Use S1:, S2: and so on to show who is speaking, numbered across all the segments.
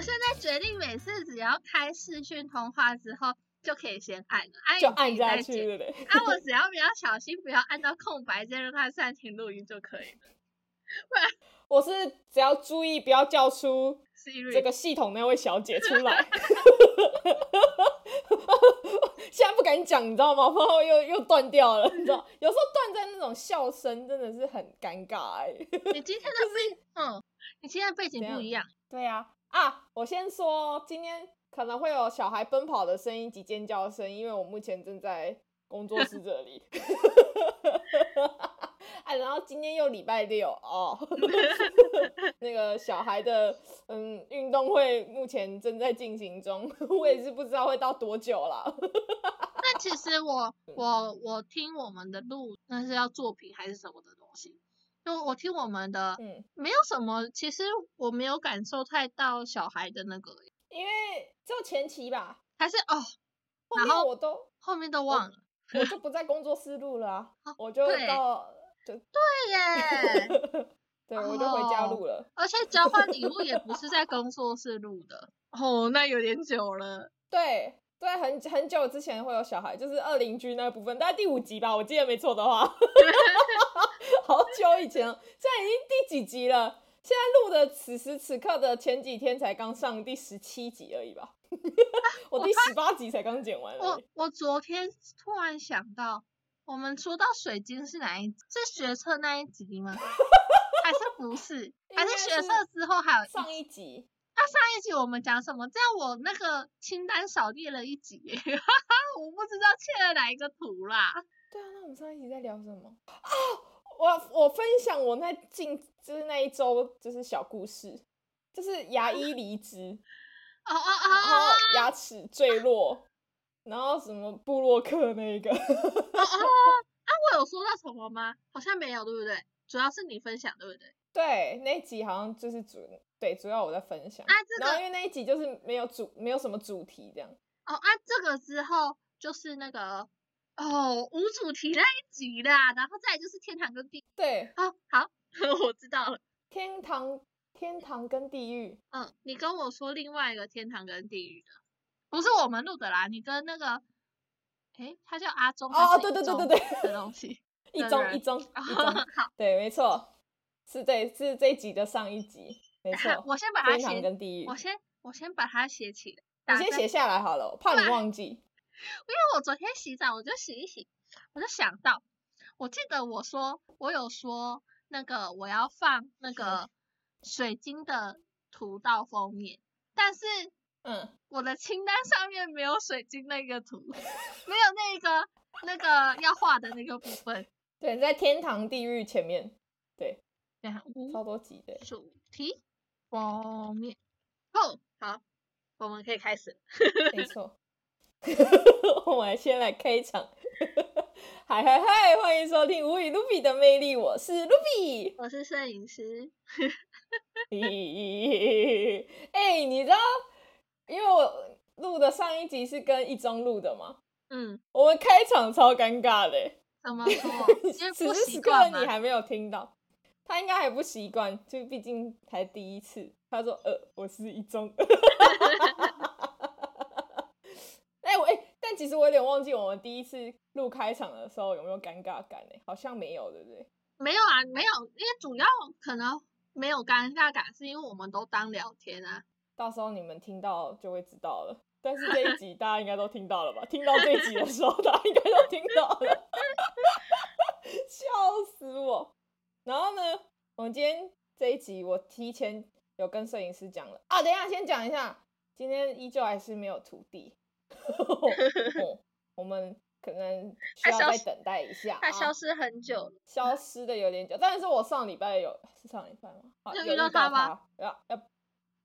S1: 现在决定每次只要开视讯通话之后，就可以先按了，按
S2: 就
S1: 你自
S2: 按
S1: 己
S2: 下
S1: 再
S2: 去，
S1: 剪
S2: 对不对？
S1: 啊，我只要比较小心，不要按到空白键，让它暂停录音就可以了。
S2: 我是只要注意不要叫出
S1: Siri，
S2: 这个系统那位小姐出来。 现在不敢讲，你知道吗？然后又又断掉了，你知道？有时候断在那种笑声，真的是很尴尬哎、
S1: 你今天的背，嗯，你今天的背景
S2: 怎
S1: 不
S2: 样
S1: 一样，
S2: 对呀、啊，我先说，哦今天可能会有小孩奔跑的声音及尖叫的声音，因为我目前正在工作室这里。 哎，然后今天又礼拜六哦， 那个小孩的嗯运动会目前正在进行中， 我也是不知道会到多久啦。
S1: 但其实我
S2: 嗯
S1: 我我听我们的录，那是要作品还是什么的东西？就我听我们的，
S2: 嗯，
S1: 没有什么，其实我没有感受太到小孩的那个，
S2: 因为只有前期吧，
S1: 还是哦，
S2: 后
S1: 然
S2: 面
S1: 后
S2: 我都
S1: 后面都忘了。
S2: 我就不在工作室录了啊、
S1: 哦
S2: 我就
S1: 对
S2: 到就
S1: 对耶，
S2: 对我就回家
S1: 哦
S2: 录了。
S1: 而且交换礼物也不是在工作室录的， 哦，那有点久了。
S2: 对对，很很久之前会有小孩，就是二邻居那部分，大概第五集吧，我记得没错的话， 好久以前了，现在已经第几集了？现在录的此时此刻的前几天才刚上第十七集而已吧， 我第十八集才刚剪完而
S1: 我
S2: 已。
S1: 我昨天突然想到，我们说到水晶是哪一？是学测那一集吗？ 还是不是？还
S2: 应该
S1: 是学
S2: 是
S1: 测之后还有一？
S2: 上一集
S1: 那、上一集我们讲什么？这样我那个清单少列了一集 耶，我不知道欠了哪一个图啦。
S2: 对啊，那我们上一集在聊什么啊？我我分享我那近就是那一周就是小故事，就是牙医离职。
S1: 哦哦
S2: 然后
S1: 哦
S2: 牙齿坠落，然后什么布洛克那一个，
S1: 哦哦！啊，我有说到什么吗？好像没有，对不对？主要是你分享，对不对？
S2: 对，那一集好像就是主对，主要我在分享。
S1: 啊这个
S2: 然后因为那一集就是没有主，没有什么主题这样。
S1: 哦啊，这个之后就是那个哦无主题那一集啦，然后再来就是天堂跟地
S2: 对，
S1: 哦，好， 我知道了。
S2: 天堂、天堂跟地狱，
S1: 嗯，你跟我说另外一个天堂跟地狱的，不是我们录的啦，你跟那个，诶，他叫阿忠
S2: 哦
S1: 还是
S2: 对对
S1: 一
S2: 对对
S1: 中
S2: 对
S1: 的东西。
S2: 一
S1: 对
S2: 中
S1: 对
S2: 一中一中，
S1: 好，。
S2: 对，没错，是对，是这一集的上一集，没错
S1: 我先把它
S2: 天堂
S1: 写，
S2: 跟地狱
S1: 我，先我先把它写起来。打
S2: 你先
S1: 在
S2: 写下来好了，我怕 你忘记。
S1: 因为我昨天洗澡，我就洗一洗，我就想到，我记得我说我有说那个我要放那个水晶的图到封面，但是
S2: 嗯，
S1: 我的清单上面没有水晶那个图，没有那个那个要画的那个部分。
S2: 对，在天堂地狱前面，对，
S1: 等一下 无
S2: 超多集的。
S1: 主题封面哦，好，我们可以开始。
S2: 没错。 我们先来开场， 嗨嗨嗨！欢迎收听《无与露比的魅力》，我是露比。
S1: 我是摄影师，
S2: 咦哎，你知道，因为我录的上一集是跟一中录的嘛，
S1: 嗯，
S2: 我们开场超尴尬的，欸
S1: 怎 么说？因为
S2: 此
S1: 不
S2: 时
S1: 习
S2: 此刻
S1: 惯嘛
S2: 你还没有听到，他应该还不习惯，就毕竟才第一次。他说：“呃，我是一中。” 哎、我哎、但其实我有点忘记我们第一次录开场的时候有没有尴尬感呢、好像没有，对不对？
S1: 没有啊，没有，因为主要可能没有尴尬感，是因为我们都当聊天啊。
S2: 到时候你们听到就会知道了。但是这一集大家应该都听到了吧？听到这一集的时候，大家应该都听到了，,笑死我！然后呢，我们今天这一集我提前有跟摄影师讲了啊，等一下先讲一下，今天依旧还是没有徒弟， 哦我们可能需
S1: 他
S2: 要
S1: 消
S2: 再
S1: 失
S2: 等待一下、啊，
S1: 它消失很久了，
S2: 消失的有点久，但是我上礼拜有是上礼拜吗？啊
S1: 有遇
S2: 遇
S1: 到
S2: 到
S1: 他吗
S2: 吗？要要呃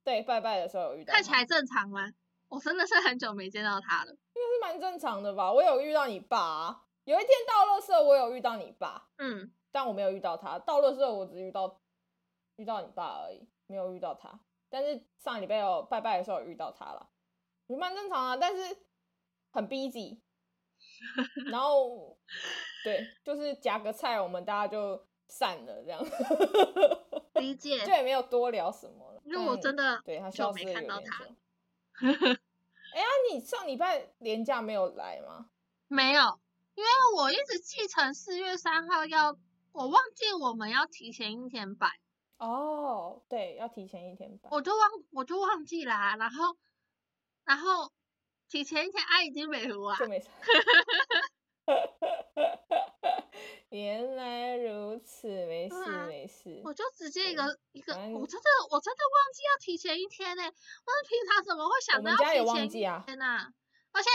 S2: 对拜拜的时候有遇到他，
S1: 看起来正常吗？我真的是很久没见到他了。
S2: 是蛮正常的吧？我有遇到你爸、啊，有一天到垃圾，我有遇到你爸，
S1: 嗯，
S2: 但我没有遇到他。到垃圾，我只遇到遇到你爸而已，没有遇到他。但是上礼拜有拜拜的时候有遇到他了，也蛮正常啊，但是 很 busy。然后对，就是夹个菜，我们大家就散了这样。
S1: 理解
S2: 就。也没有多聊什么了。
S1: 因为我
S2: 但
S1: 真的
S2: 对他
S1: 就
S2: 消失
S1: 没
S2: 的有
S1: 看
S2: 点
S1: 到
S2: 久。
S1: 他
S2: 哎呀，你上礼拜年假没有来吗？
S1: 没有，因为我一直记成四月三号要，我忘记我们要提前一天摆，
S2: 哦，对，要提前一天办。
S1: 我就忘我就忘记啦、然后然后提前一天阿姨已经没回啊
S2: 就， 没事。原来如此，没事
S1: 对啊
S2: 没事。
S1: 我就直接一个一个，
S2: 反正
S1: 我真的我真的忘记要提前一天呢、我是平常怎么会
S2: 我
S1: 想到
S2: 们
S1: 要
S2: 家也
S1: 提
S2: 忘
S1: 前一
S2: 记啊，
S1: 天呢、而且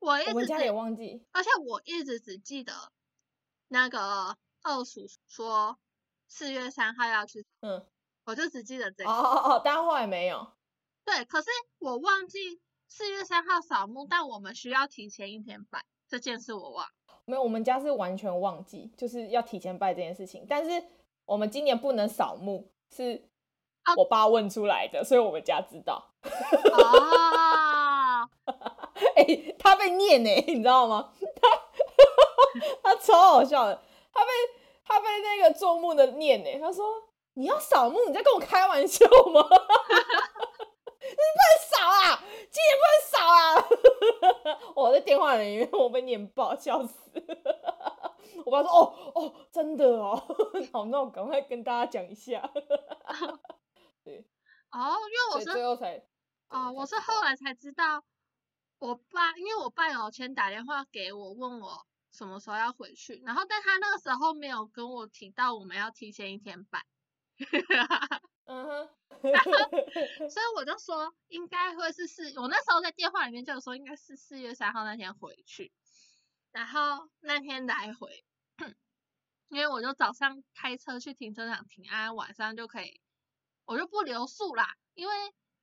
S1: 我一
S2: 我们
S1: 直
S2: 家
S1: 只
S2: 也忘记。
S1: 而且我一直只记得那个二叔说四月三号要去，
S2: 嗯，
S1: 我就只记得这个。
S2: 哦哦哦，但后来没有。
S1: 对，可是我忘记四月三号扫墓，但我们需要提前一天办这件事，我忘。
S2: 没有，我们家是完全忘记，就是要提前拜这件事情。但是我们今年不能扫墓，是
S1: 哦
S2: 我爸问出来的，所以我们家知道。
S1: 哦，
S2: 哎、 他被念呢、你知道吗？ 他他超好笑的，他被他被那个做梦的念呢、他说：“你要扫墓，你在跟我开玩笑吗？” 你不能扫啊，今年不能扫啊！ 我在电话里面我被念爆，笑死。 我爸说：“哦哦，真的哦， 好，那我赶快跟大家讲一下。
S1: 哦，因为
S2: 所
S1: 我
S2: 以
S1: 是
S2: 最后才
S1: 哦，我是
S2: 才知道
S1: 后来才知道，我爸因为我爸有先打电话给我，问我什么时候要回去，然后但他那个时候没有跟我提到我们要提前一天办，
S2: 嗯哼，嗯
S1: 所以我就说应该会是四，我那时候在电话里面就有说应该是四月三号那天回去，然后那天来回，因为我就早上开车去停车场停安，晚上就可以，我就不留宿啦，因为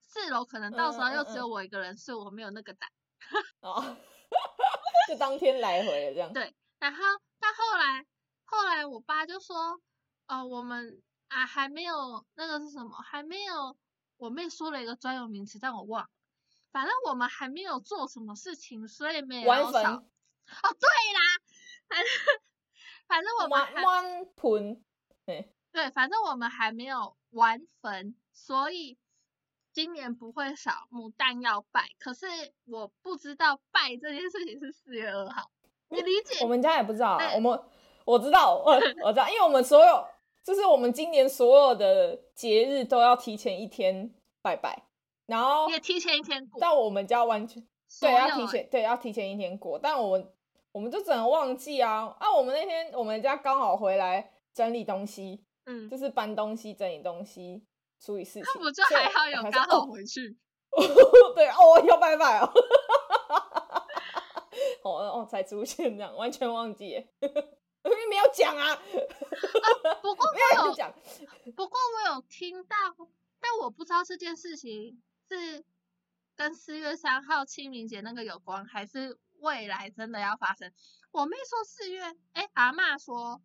S1: 四楼可能到时候
S2: 嗯
S1: 又
S2: 嗯
S1: 只有我一个人睡，我没有那个胆。
S2: 哦， 就当天来回了这样。
S1: 对然后但后来后来我爸就说，呃，我们啊还没有那个是什么，还没有，我妹说了一个专有名词，但我忘了。反正我们还没有做什么事情，所以没有
S2: 玩
S1: 扫。
S2: 粉
S1: 哦，对啦，反正反正我们
S2: 满
S1: 还
S2: 满盆，
S1: 对，反正我们还没有完坟，所以今年不会扫墓，但要拜。可是我不知道拜这件事情是四月二号，你理解
S2: 我们家也不知道、啊，
S1: 对
S2: 我们我知道，我我知道，因为我们所有就是我们今年所有的节日都要提前一天拜拜，然后
S1: 也提前一天过。
S2: 到我们家完全
S1: 所
S2: 对要
S1: 有
S2: 提
S1: 欸
S2: 前对要提前一天过，但我们我们就只能忘记啊啊！我们那天我们家刚好回来整理东西，
S1: 嗯，
S2: 就是搬东西、整理东西、处理事情，
S1: 啊那我就
S2: 所以
S1: 还好
S2: 我
S1: 有
S2: 还
S1: 刚
S2: 说哦
S1: 好回去。
S2: 对哦，要拜拜哦， 哦哦才出现这样，完全忘记耶， 因为没有讲啊，
S1: 不过
S2: 没
S1: 我
S2: 有
S1: 有，
S2: 讲，
S1: 不过我有听到，但我不知道这件事情是跟四月三号清明节那个有关，还是未来真的要发生。我妹说四月，哎，阿嬷说，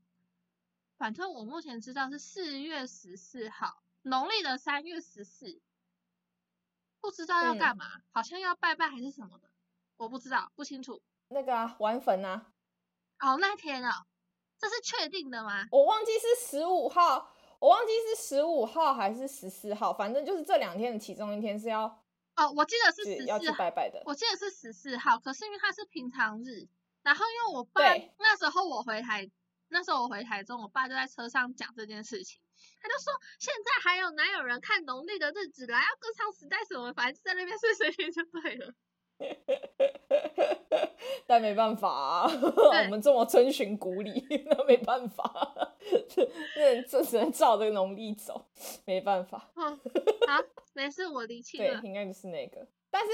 S1: 反正我目前知道是四月十四号，农历的三月十四，不知道要
S2: 嗯
S1: 干嘛，好像要拜拜还是什么的，我不知道，不清楚。
S2: 那个啊，玩粉啊，
S1: 哦，那天哦，这是确定的吗？
S2: 我忘记是十五号，我忘记是十五号还是十四号，反正就是这两天的其中一天是要
S1: 哦，我记得是
S2: 是
S1: 十
S2: 要去
S1: 四号，
S2: 拜拜的，
S1: 我记得是十四号，可是因为它是平常日，然后因为我爸
S2: 对
S1: 那时候我回台，那时候我回台中，我爸就在车上讲这件事情，他就说现在还有哪有人看农历的日子啦，要跟上时代什么，反正就在那边碎碎念就对了。
S2: 但没办法、啊， 我们这么遵循古礼， 那没办法， 这这只能照着农历走，没办法。
S1: 嗯，好，没事，我 离弃
S2: 对
S1: 了，。
S2: 应该就是那个。但是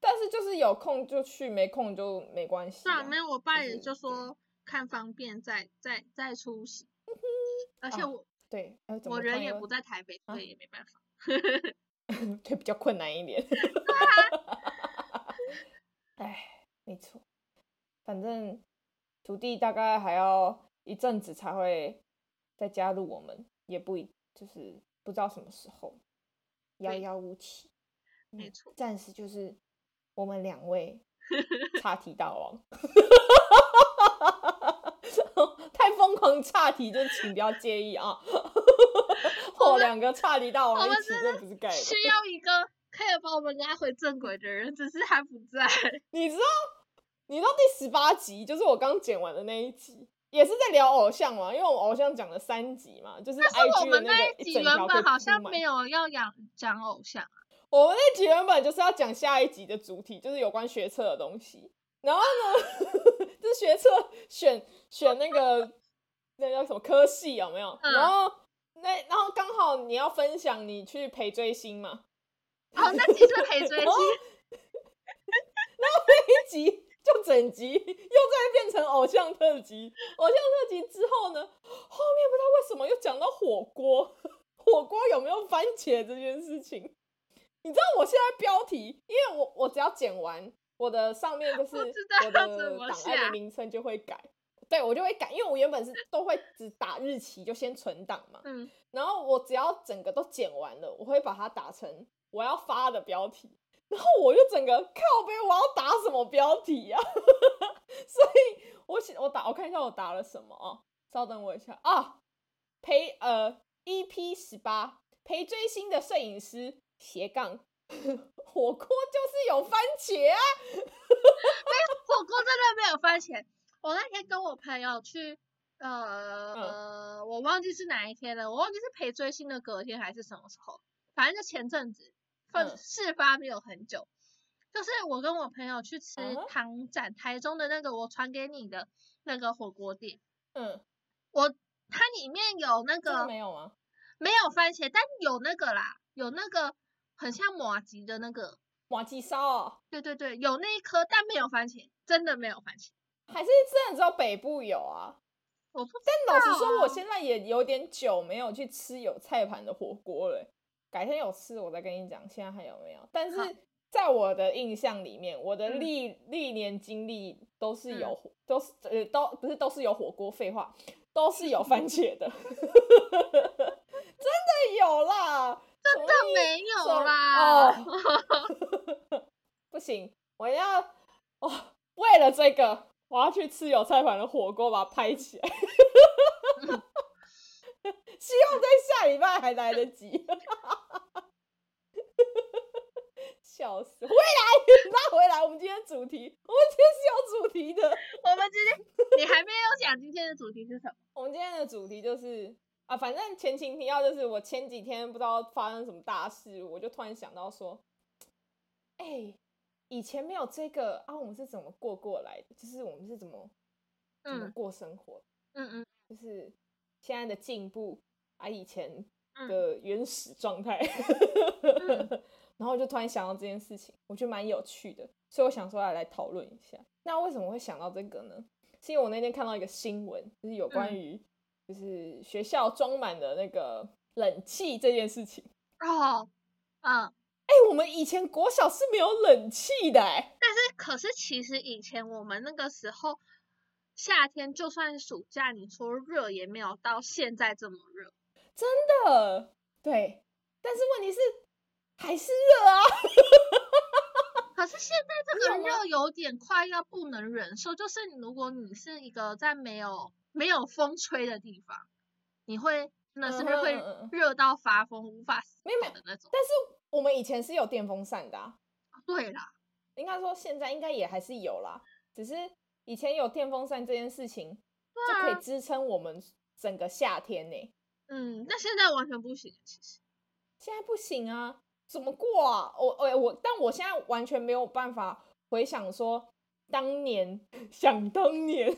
S2: 但是就是有空就去，没空就没关系、
S1: 是啊，
S2: 啊。
S1: 没有，我爸
S2: 就
S1: 也
S2: 是
S1: 就
S2: 对
S1: 说看方便再再再出席，而且
S2: 啊
S1: 我、
S2: 对，哎嗯怎么
S1: 我
S2: 突然
S1: 人也
S2: 又
S1: 不在台北，
S2: 啊
S1: 所以也没办法。
S2: 对，比较困难一点。哎，没错，反正徒弟大概还要一阵子才会再加入我们，也不一就是不知道什么时候，遥
S1: 对
S2: 遥无期。
S1: 没
S2: 嗯
S1: 错
S2: 暂时就是我们两位 岔题大王，太疯狂岔题，就请不要介意啊。破两个差离大
S1: 我
S2: 王一
S1: 们
S2: 起，这不是盖的。
S1: 需要一个可以把我们拉回正轨的人，只是他不在。
S2: 你知道，你知道第十八集就是我刚剪完的那一集，也是在聊偶像嘛，因为我们偶像讲了三集嘛，就是
S1: 但哦是我
S2: IG 的
S1: 们
S2: 那
S1: 那
S2: 个
S1: 一
S2: 一
S1: 集
S2: 整
S1: 原
S2: 条
S1: 本好像没
S2: 有，
S1: 有要讲讲偶像，
S2: 我们那集原本就是要讲下一集的主题，就是有关学测的东西。然后呢， 就是学测选选那个那叫什么科系有没有？
S1: 嗯
S2: 然后那然后刚好你要分享你去陪追星嘛，
S1: 哦，那集是陪追
S2: 然后
S1: 星，
S2: 一集就整集又再变成偶像特辑，偶像特辑之后呢，后面不知道为什么又讲到火锅，火锅有没有番茄这件事情？你知道我现在标题，因为我我只要剪完我的上面就 是
S1: 我知道
S2: 我的
S1: 怎么
S2: 档案
S1: 下
S2: 的名称就会改，对我就会改，因为我原本是都会只打日期就先存档嘛，
S1: 嗯，
S2: 然后我只要整个都剪完了，我会把它打成我要发的标题。然后我就整个靠背，我要打什么标题呀、 所以我写我打我看一下我打了什么啊？稍等我一下啊，陪呃 EP 十八陪追星的摄影师斜杠 火锅就是有番茄啊，
S1: 火锅真的没有番茄。我那天跟我朋友去，
S2: 嗯
S1: 呃，我忘记是哪一天了，我忘记是陪追星的隔天还是什么时候，反正就前阵子，分
S2: 嗯
S1: 事发没有很久。就是我跟我朋友去吃
S2: 啊哈
S1: 唐展台中的那个我传给你的那个火锅店，
S2: 嗯，
S1: 我它里面有那
S2: 真的
S1: 个
S2: 没有吗？
S1: 没有番茄，但有那个啦，有那个很像马吉的那个，
S2: 马吉烧哦，
S1: 对对对，有那一颗，但没有番茄，真的没有番茄。
S2: 还是真的只有北部有啊？
S1: 我不
S2: 但老实
S1: 知
S2: 说，
S1: 道
S2: 我
S1: 啊
S2: 现在也有点久没有去吃有菜盘的火锅了欸、改天有吃我再跟你讲，现在还有没有？但是
S1: 好
S2: 在我的印象里面，我的
S1: 嗯
S2: 历历年经历都是有
S1: 嗯
S2: 火，都是呃都不是都是有火锅，废话，都是有番茄的， 真的有啦，真
S1: 但没有啦，
S2: 哦，不行，我要哦，为了这个，我要去吃有菜盘的火锅，把它拍起来。 希望在下礼拜还来得及。 笑死！回来， 拉回来，我们今天主题，我们今天是有主题的。
S1: 我们今天你还没有讲今天的主题是什么？
S2: 我们今天的主题就是啊，反正前情提要就是我前几天不知道发生什么大事，我就突然想到说，哎、以前没有这个啊，我们是怎么过过来的？就是我们是怎么怎么
S1: 嗯
S2: 过生活？
S1: 嗯
S2: 就是现在的进步啊，以前
S1: 嗯
S2: 的原始状态。 然后我就突然想到这件事情，我觉得蛮有趣的，所以我想说要来讨论一下。那为什么会想到这个呢？是因为我那天看到一个新闻，就是有关
S1: 嗯
S2: 于就是学校装满了那个冷气这件事情。
S1: 嗯，哦，嗯，
S2: 哎、我们以前国小是没有冷气的、哎，
S1: 但是可是其实以前我们那个时候夏天，就算暑假，你说热也没有到现在这么热。
S2: 真的，对。但是问题是还是热啊，
S1: 可是现在这
S2: 没
S1: 个
S2: 有啊
S1: 热
S2: 吗
S1: 有点快要不能忍受，就是如果你是一个在没有没有风吹的地方，你会真的是会
S2: 嗯嗯嗯
S1: 会
S2: 嗯
S1: 热到发疯，无法思
S2: 没有没
S1: 考
S2: 有
S1: 的那种。
S2: 但是我们以前是有电风扇的、啊，
S1: 对啦，
S2: 应该说现在应该也还是有啦，只是以前有电风扇这件事情，就可
S1: 对啊
S2: 以，支撑我们整个夏天呢、
S1: 嗯，那现在完全不行，其实，
S2: 现在不行啊，怎么过啊？我我我，但我现在完全没有办法回想说当年，想当年，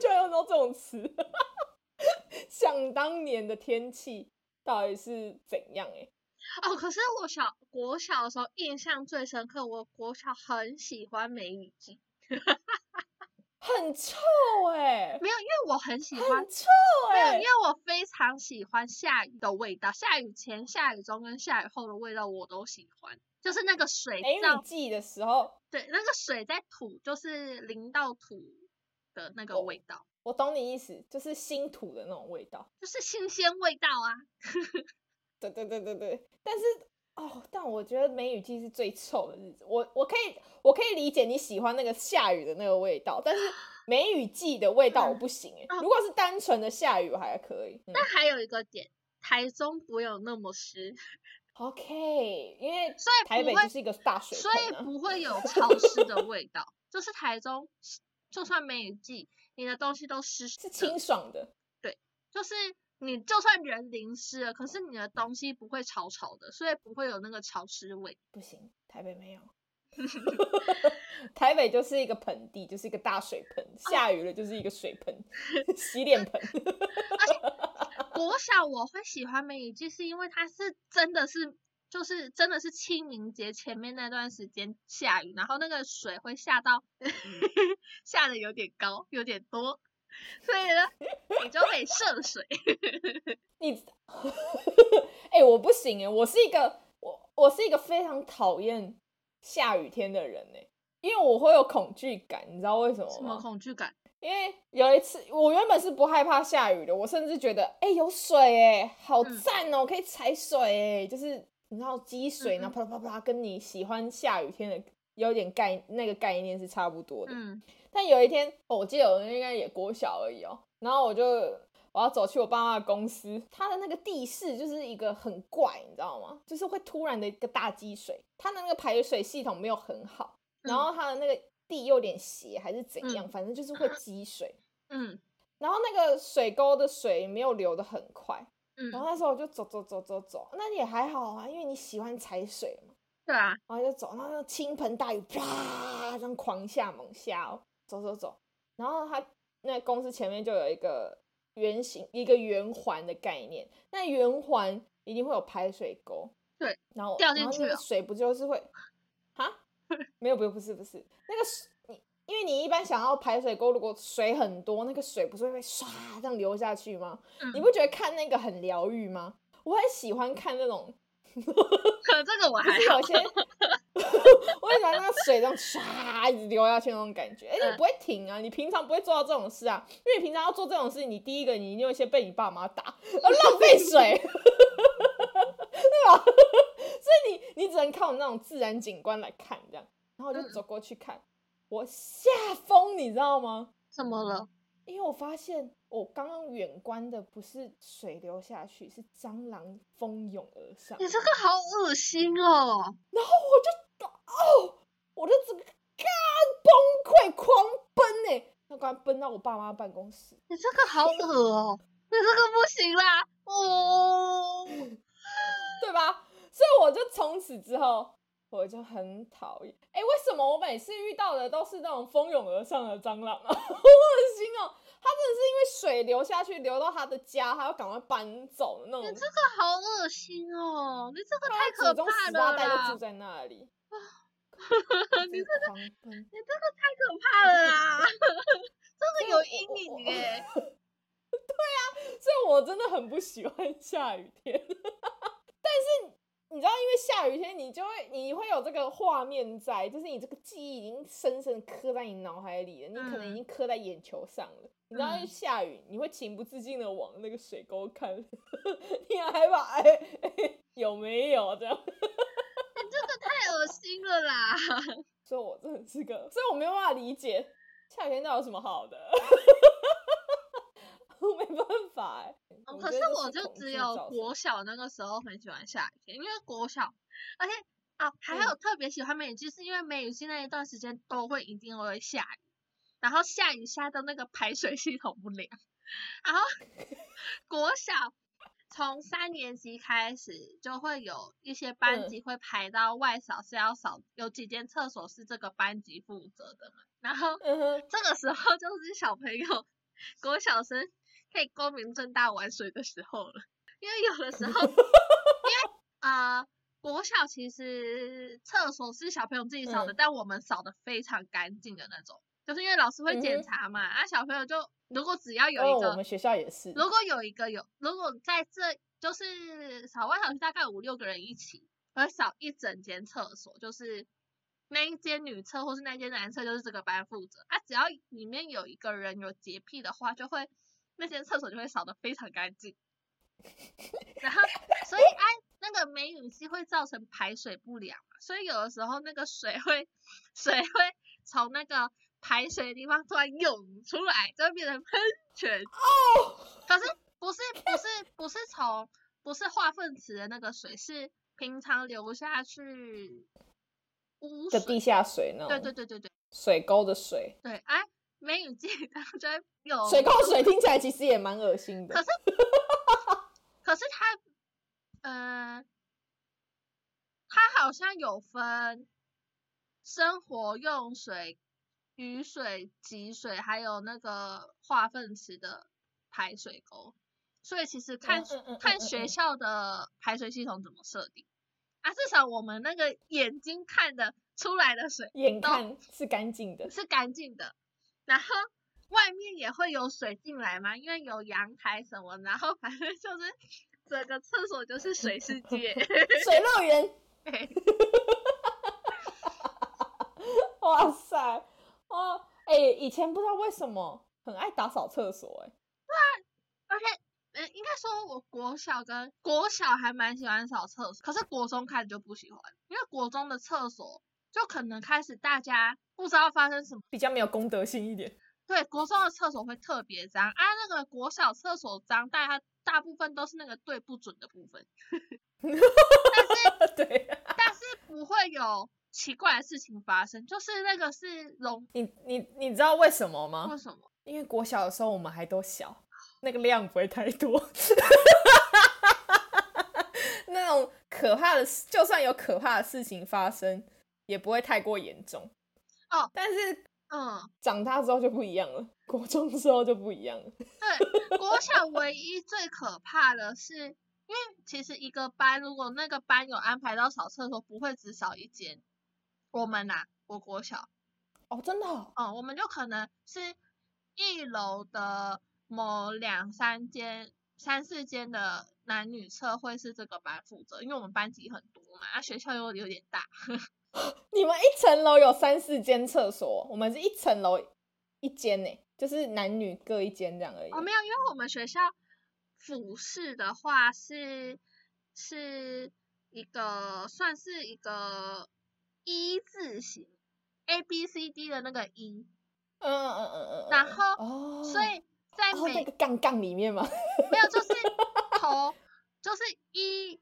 S2: 居然用到这种词，想当年的天气到底是怎样、欸？
S1: 哦，可是我小国小的时候印象最深刻，我国小很喜欢梅雨季，
S2: 很臭哎、
S1: 没有，因为我很喜欢
S2: 很，臭
S1: 没有，
S2: 哎、
S1: 因为我非常喜欢下雨的味道，下雨前、下雨中跟下雨后的味道我都喜欢，就是那个水
S2: 哎、
S1: 到
S2: 你记的时候，
S1: 对，那个水在土，就是淋到土的那个
S2: 哦
S1: 味道，
S2: 我懂你意思，就是新土的那种味道。
S1: 就是新鲜味道啊。
S2: 对对对对对，但是哦，但我觉得梅雨季是最臭的日子。我我可以我可以理解你喜欢那个下雨的那个味 道，但是梅雨季的味道我不行哎、
S1: 嗯
S2: 如果是单纯的下雨我还可以。嗯
S1: 那还有一个点，台中不会有那么湿，
S2: OK，因为
S1: 所以
S2: 台
S1: 不
S2: 北
S1: 会
S2: 就是一个大水
S1: 所以
S2: 盆、啊。
S1: 不会有潮湿的味道。就是台中，就算梅雨季，你的东西都湿湿
S2: 是
S1: 的，
S2: 清爽的，
S1: 就是你就算人淋湿了，可是你的东西不会潮潮的，所以不会有那个潮湿味。
S2: 不行，台北 没有。台北就是一个盆地，就是一个大水盆，下雨了就是一个水盆，洗脸盆。
S1: 国小我会喜欢梅雨季，是因为它是真的是。就是真的是清明节前面那段时间下雨，然后那个水会下到 下的有点高，有点多，所以呢，你就可以涉水。
S2: 你，哎、我不行哎，我是一个我我是一个非常讨厌下雨天的人哎，因为我会有恐惧感，你知道为什么
S1: 什么
S2: 吗？
S1: 恐惧感？
S2: 因为有一次，我原本是不害怕下雨的，我甚至觉得，哎、有水哎、好
S1: 嗯
S2: 赞哦、可以踩水哎、就是你知道积水，
S1: 嗯嗯
S2: 然后啪啦啪啦啪啦，跟你喜欢下雨天的有点概那个概念是差不多的。
S1: 嗯，
S2: 但有一天，哦我记得我应该也国小而已哦，然后我就我要走去我爸妈的公司，他的那个地势就是一个很怪，你知道吗？就是会突然的一个大积水，他的那个排水系统没有很好，然后他的那个地又有点斜还是怎样，反正就是会积水。
S1: 嗯
S2: 然后那个水沟的水没有流的很快，
S1: 嗯
S2: 然后那时候我就走走走走走，那也还好啊，因为你喜欢踩水嘛。
S1: 对啊，
S2: 然后就走，然后那倾盆大雨啪这样狂下猛下哦，走走走，然后他那公司前面就有一个圆形一个圆环的概念，那圆环一定会有排水沟，
S1: 对，
S2: 然后
S1: 掉
S2: 然后
S1: 进去哦
S2: 那个
S1: 了
S2: 水不就 是会啊？没有，不不是不是那个水你。因为你一般想要排水沟，如果水很多，那个水不是会唰这样流下去吗？
S1: 嗯
S2: 你不觉得看那个很疗愈吗？我很喜欢看那种
S1: 可这个我还
S2: 就是
S1: 好
S2: 有。些，我很喜欢那个水这样唰一直流下去那种感觉，而且
S1: 嗯
S2: 不会停啊！你平常不会做到这种事啊，因为你平常要做这种事，你第一个你一定会先被你爸妈打，要浪费水， 对吧？ 所以你你只能靠那种自然景观来看这样，然后我就
S1: 嗯
S2: 走过去看，我吓疯，你知道吗？
S1: 怎么了？
S2: 因为我发现我刚刚远观的不是水流下去，是蟑螂蜂拥而上。
S1: 你这个好恶心哦！
S2: 然后我就哦，我就整个干崩溃，狂奔呢、那刚奔到我爸妈办公室，
S1: 你这个好恶哦！你这个不行啦！哦，
S2: 对吧？所以我就从此之后，我就很讨厌。哎、为什么我每次遇到的都是那种蜂拥而上的蟑螂啊？好恶心哦！它真的是因为水流下去，流到它的家，它要赶快搬走的那
S1: 你
S2: 种
S1: 这。个好恶心哦！你这个太
S2: 它
S1: 可
S2: 祖宗
S1: 怕
S2: 十八
S1: 了
S2: 代就
S1: 啦！
S2: 住在 那里。
S1: 你
S2: 这个狂奔。
S1: 你这个太可怕了啦！ 这
S2: 所
S1: 个
S2: 以
S1: 有
S2: 我
S1: 阴
S2: 我
S1: 影
S2: 我
S1: 耶！
S2: 所以我真的很不喜欢下雨天。 但是你知道，因为下雨天，你就会你会有这个画面在，就是你这个记忆已经深深地刻在你脑海里了，你可能已
S1: 嗯
S2: 经刻在眼球上了。你知道，
S1: 嗯
S2: 一下雨，你会情不自禁的往那个水沟看， 你还把哎、哎有没有这样？
S1: 你这个太恶心了啦！
S2: 所以，我真的是个，所以我没有办法理解下雨天到底有什么好的。 我没办法哎、
S1: 哦
S2: 我
S1: 可
S2: 觉
S1: 是
S2: 得这
S1: 我
S2: 是
S1: 就
S2: 恐
S1: 只
S2: 惧
S1: 有
S2: 造成
S1: 国小那个时候很喜欢下雨天，因为国小，而且啊还有
S2: 嗯
S1: 特别喜欢梅雨季，是因为梅雨季那一段时间都会一定会下雨，然后下雨下到那个排水系统不良，然 后国小从三年级开始就会有一些班
S2: 嗯
S1: 级会排到外扫是要扫，有几间厕所是这个班级负责的嘛，然后
S2: 嗯哼，
S1: 这个时候就是小朋友、国小生可以光明正大玩水的时候了，因为有的时 候，因为啊、呃国小其实厕所是小朋友自己扫的，
S2: 嗯
S1: 但我们扫的非常干净的那种，就是因为老师会
S2: 嗯
S1: 检
S2: 哼
S1: 查嘛，啊，小朋友就如果只要有
S2: 哦
S1: 一个
S2: 我们学校也是，
S1: 如果有一个有，如果在这就是扫外扫区大概有五六个人一起，会扫一整间厕所，就是那一间女厕或是那一间男厕就是这个班负责。啊，只要里面有一个人有洁癖的话，就会那间厕所就会扫得非常干净。然后，所以啊，那个梅雨季会造成排水不良嘛，所以有的时候那个水会水会从那个排水的地方突然涌出来，就会变成喷泉。
S2: 哦
S1: 可是不是不是不是从不是化粪池的那个水，是平常流下去污
S2: 的
S1: 水。
S2: 地下水那种，
S1: 对对对对对
S2: 水沟的水，
S1: 对，哎，梅雨季 它就会有
S2: 水沟水听起来其实也蛮恶心的
S1: 哦可。是，可是它，呃，它好像有分生活用水、雨水、集水，还有那个化粪池的排水沟。所以其实看、
S2: 嗯嗯嗯
S1: 看
S2: 嗯
S1: 学
S2: 嗯
S1: 校的排水系统怎么设定啊，至少我们那个眼睛看的出来的水
S2: 眼看是干净 的，
S1: 是干净的，然后外面也会有水进来嘛，因为有阳台什么，然后反正就是整个厕所就是水世界。
S2: 水乐园，
S1: 对
S2: 哇塞，哦，哎、以前不知道为什么很爱打扫厕所、哎，
S1: 而且，嗯、应该说我国小跟国小还蛮喜欢扫厕所，可是国中开始就不喜欢，因为国中的厕所就可能开始大家不知道发生什么。
S2: 比较没有公德心一点。
S1: 对，国中的厕所会特别脏啊，那个国小厕所脏，但它大部分都是那个对不准的部分。
S2: 对，啊
S1: 但是不会有奇怪的事情发生，就是那个是容
S2: 你你你知道为什么吗
S1: 为？什么？
S2: 因为国小的时候我们还都小，那个量不会太多。 那种可怕的，事，就算有可怕的事情发生，也不会太过严重。
S1: 哦，
S2: 但是
S1: 嗯，
S2: 长大之后就不一样了，国中之后就不一样了。
S1: 对，国小唯一最可怕的是，因为其实一个班如果那个班有安排到扫厕所，不会只扫一间。我们呐、我国小，
S2: 哦，真的哦、
S1: 嗯，我们就可能是一楼的某两三间、三四间的男女厕会是这个班负责，因为我们班级很多嘛，啊，学校又有点大，
S2: 你们一层楼有三四间厕所，哦我们是一层楼一间呢，就是男女各一间这样而已。
S1: 哦，没有，因为我们学校俯视的话是是一个算是一个一字形，A B C D 的那个一，
S2: 嗯嗯嗯嗯嗯。
S1: 然
S2: 嗯
S1: 后
S2: 哦，
S1: 所以在
S2: 哦那
S1: 每、
S2: 个杠杠里面嘛，
S1: 没有就是 头就是一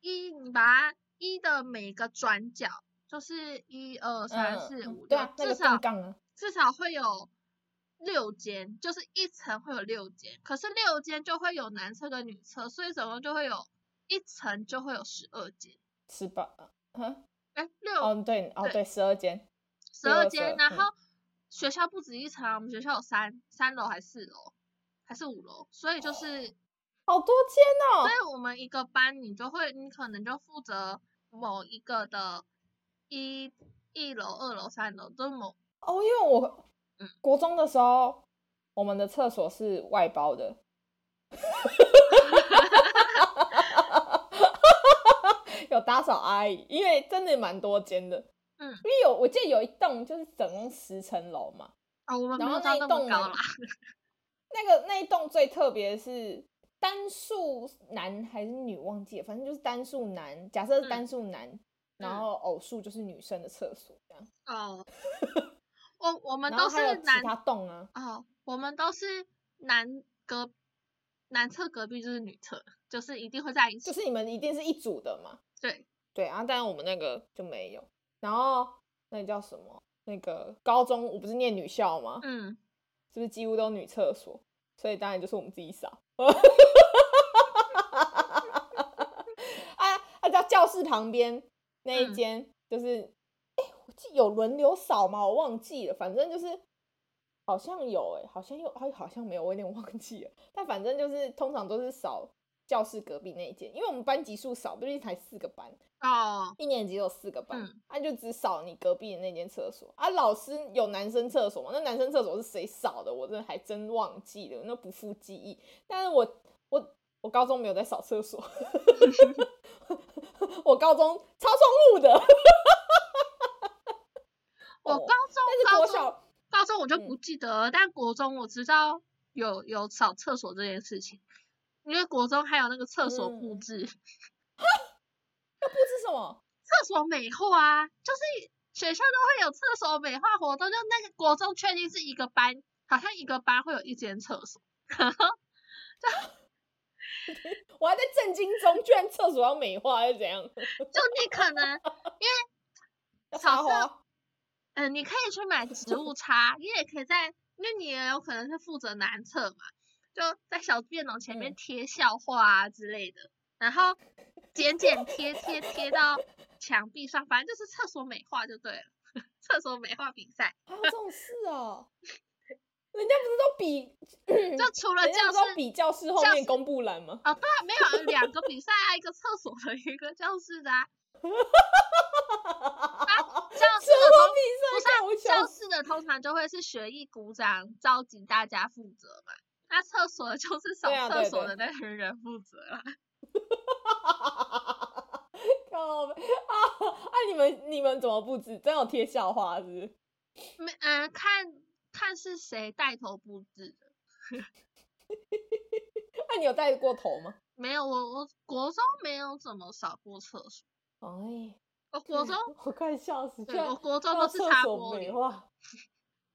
S1: 一，你把它一的每个转角就是一二三
S2: 嗯
S1: 四
S2: 嗯
S1: 五
S2: 对
S1: 六
S2: 啊，，那
S1: 至
S2: 个
S1: 少
S2: 杠杠啊，
S1: 至少会有六间，就是一层会有六间，可是六间就会有男厕跟女厕，所以总共就会有一层就会有十二间，
S2: 十八，嗯，
S1: 哎，
S2: 哦
S1: 六
S2: 对，哦
S1: 对
S2: 对，十二间，
S1: 十二
S2: 六
S1: 间，
S2: 色
S1: 然
S2: 嗯
S1: 后学校不止一层啊，我们学校有三三楼还是四楼还是五楼，所以就是
S2: 好多间哦
S1: 所。以我们一个班，你就会，你可能就负责某一个的一一楼、二楼、三楼，都某
S2: 哦，因为我
S1: 嗯
S2: 国中的时候，我们的厕所是外包的。 有打扫阿姨，因为真的蛮多间的。
S1: 嗯
S2: 因为有我记得有一栋就是总共十层楼嘛，
S1: 哦，我们没
S2: 然
S1: 有
S2: 后
S1: 到
S2: 那一
S1: 那么
S2: 栋
S1: 高
S2: 呢
S1: 啦，
S2: 那个那一栋最特别的是单数男还是女忘记了，反正就是单数男。假
S1: 嗯
S2: 设是单数男，然后偶数就是女生的厕所这样。
S1: 哦，我我们
S2: 然后
S1: 都
S2: 还有
S1: 是
S2: 其
S1: 男
S2: 他栋啊，
S1: 哦，我们都是男隔男厕隔壁就是女厕，就是一定会在一起。
S2: 就是你们一定是一组的嘛。
S1: 对，
S2: 对啊，但是我们那个就没有。然后那个叫什么？那个高中我不是念女校吗？
S1: 嗯，
S2: 是不是几乎都女厕所？所以当然就是我们自己扫。 啊啊！到教室旁边那一
S1: 嗯
S2: 间，就是哎、我记有轮流扫吗？我忘记了，反正就是好像有哎、好像有，哎，好像没有，我有点忘记了。但反正就是通常都是扫教室隔壁那一间，因为我们班级数少，毕竟才四个班，
S1: 哦，
S2: 一年级有四个班
S1: 嗯，
S2: 他、就只扫你隔壁的那间厕所啊。老师有男生厕所吗？那男生厕所是谁扫的？我真的还真忘记了，那不负记忆。但是我我我高中没有在扫 厕所，我高中超重 物的，
S1: 我高
S2: 哦
S1: 中
S2: 但是
S1: 高
S2: 国
S1: 中
S2: 小
S1: 高中我就
S2: 嗯
S1: 不记得了，但国中我知道有有扫厕所这件事情，因为国中还有那个厕所布
S2: 嗯
S1: 置，
S2: 要布置什么？
S1: 厕所美化啊，就是学校都会有厕所美化活动，就那个国中确定是一个班，好像一个班会有一间厕所，然后
S2: 我还在震惊中，居然厕所要美化还是怎样？
S1: 就你可能
S2: 要
S1: 草
S2: 插
S1: 色
S2: 花？
S1: 嗯，你可以去 买植物擦，你也可以在，因为你也有可能是负责男厕嘛，就在小便斗前面
S2: 嗯
S1: 贴笑话啊之类的，然后剪剪贴贴贴到墙壁上，反正就是厕所美化就对了， 厕所美化比赛，
S2: 还有这种事哦？人家不是都比，
S1: 就除了
S2: 嗯人家
S1: 教
S2: 不是都
S1: 室。
S2: 比教室后
S1: 教
S2: 面
S1: 室
S2: 公布栏吗？
S1: 哦，对啊，没有两个比赛啊，一个厕所的，一个教室 的、啊。啊
S2: 什
S1: 教室的
S2: 么
S1: 通
S2: 比
S1: 不是
S2: 赛？
S1: 啊
S2: 让我笑
S1: 教
S2: 死！
S1: 室的通常就会是学艺鼓掌，召集大家负责嘛。那厕所的就是扫
S2: 对啊
S1: 厕
S2: 对
S1: 所的
S2: 对
S1: 那群人负责啦。
S2: 靠北啊啊！你们你们怎么布置？真有贴校花是不是？
S1: 没，嗯，看看是谁带头布置的。
S2: 那、啊你有戴过头吗？
S1: 没有，我我国中没有怎么扫过厕所。
S2: 哎，
S1: 我国中，
S2: 我快笑死！居
S1: 对，
S2: 然
S1: 我国中
S2: 到
S1: 都是
S2: 厕
S1: 擦
S2: 所
S1: 玻
S2: 美
S1: 璃。
S2: 化。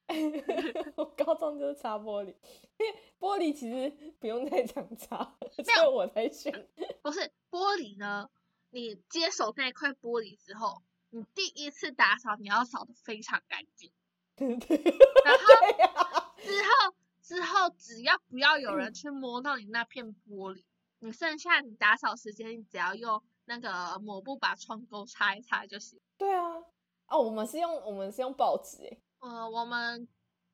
S2: 我高中就是擦玻璃，因为玻璃其实不用太常擦，所以我才选。
S1: 不是玻璃呢？你接手那块玻璃之后，你第一次打扫，你要扫的非常干净。嗯
S2: 对 对啊
S1: 然后
S2: 呀，
S1: 之后之后，只要不要有
S2: 嗯
S1: 人去摸到你那片玻璃，你剩下你打扫时间，你只要用那个抹布把窗钩擦一擦就行。
S2: 对啊，哦，我们是用我们是用报纸欸诶，
S1: 呃，我们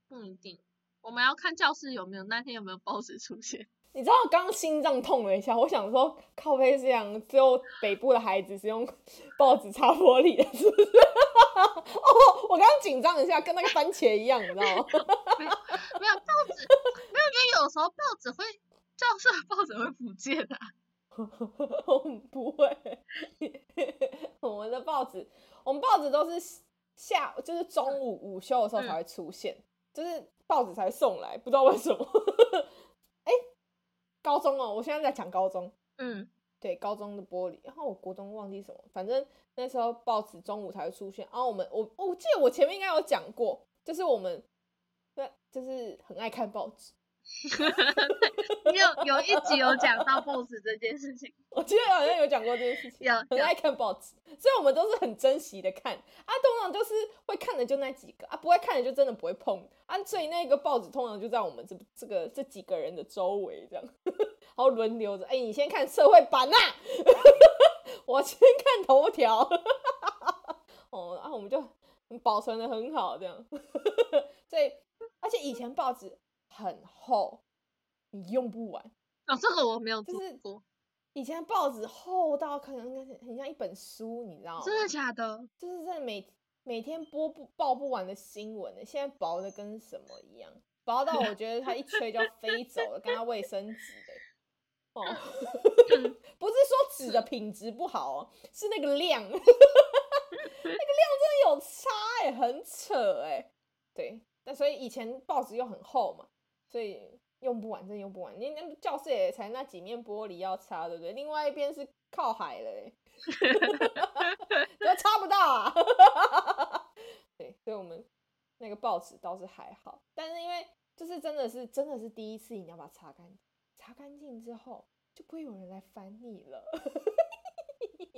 S1: 不一定，我们要看教室有没有那天有没有报纸出现。
S2: 你知道我刚刚心脏痛了一下，我想说靠背是这样，只有北部的孩子是用报纸擦玻璃的，是不是？哦，我刚刚紧张一下，跟那个番茄一样，你知道吗？
S1: 没有没有报纸，没有，因为有时候报纸会，教室的报纸会不见的、啊。
S2: 我们不会，我们的报纸，我们报纸都是下，就是中午午休的时候才会出现，就是报纸才会送来，不知道为什么。哎、高中哦，我现在在讲高中，
S1: 嗯，
S2: 对，高中的玻璃，然后我国中忘记什么，反正那时候报纸中午才会出现。然后我们，我我记得我前面应该有讲过，就是我们，对，就是很爱看报纸。
S1: 你有有一集有讲到报纸这件事情，
S2: 我记得好像有讲过这件事情，
S1: 有
S2: 很
S1: 有
S2: 爱看报纸， 所以我们都是很珍惜的看啊。通常就是会看的就那几个啊，不会看的就真的不会碰啊。所以那个报纸通常就在我们这这个这几个人的周围这样， 然后轮流着。哎、你先看社会版呐、 我先看头条。 哦，啊，我们就保存的很好这样， 所以而且以前报纸很厚，你用不完。
S1: 哦，这个我没有
S2: 就
S1: 做
S2: 是
S1: 过，
S2: 以前报纸厚到可能很很像一本书，你知道吗？
S1: 真的假的？
S2: 就是真的每每天播不报不完的新闻呢，现在薄的跟什么一样，薄到我觉得它一吹就要飞走了，跟它卫生纸的。哦， 不是说纸的品质不好哦，是那个量， 那个量真的有差哎、很扯哎、对，但所以以前报纸又很厚嘛，所以用不完，真的用不完。你那教室也才那几面玻璃要擦，对不对？另外一边是靠海了、欸，就擦不到啊。 对，所以我们那个报纸倒是还好，但是因为就是真的是真的是第一次，你要把它擦干净，擦干净之后就不会有人来烦你了。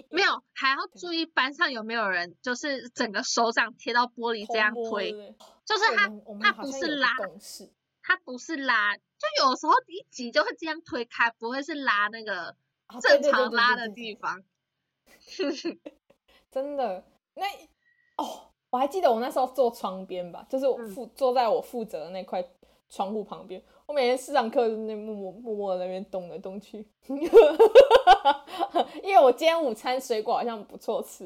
S1: 没有，还要注意班上有没有人，就是整个手掌贴到玻璃这样
S2: 偷摸
S1: 推
S2: 对，不对
S1: 就是
S2: 我
S1: 他
S2: 们我们
S1: 他
S2: 好
S1: 不
S2: 像
S1: 是
S2: 有个
S1: 拉
S2: 共识，
S1: 他不是拉，就有时候一挤就会这样推开，不会是拉那个
S2: 啊对
S1: 正
S2: 对对
S1: 常
S2: 对
S1: 拉
S2: 对
S1: 的
S2: 对
S1: 地方。
S2: 真的，那哦，我还记得我那时候坐窗边吧，就是我
S1: 嗯
S2: 负、坐在我负责的那块窗户旁边。我每天四堂课就那默默默默地在那边动来动去， 因为我今天午餐水果好像不错吃，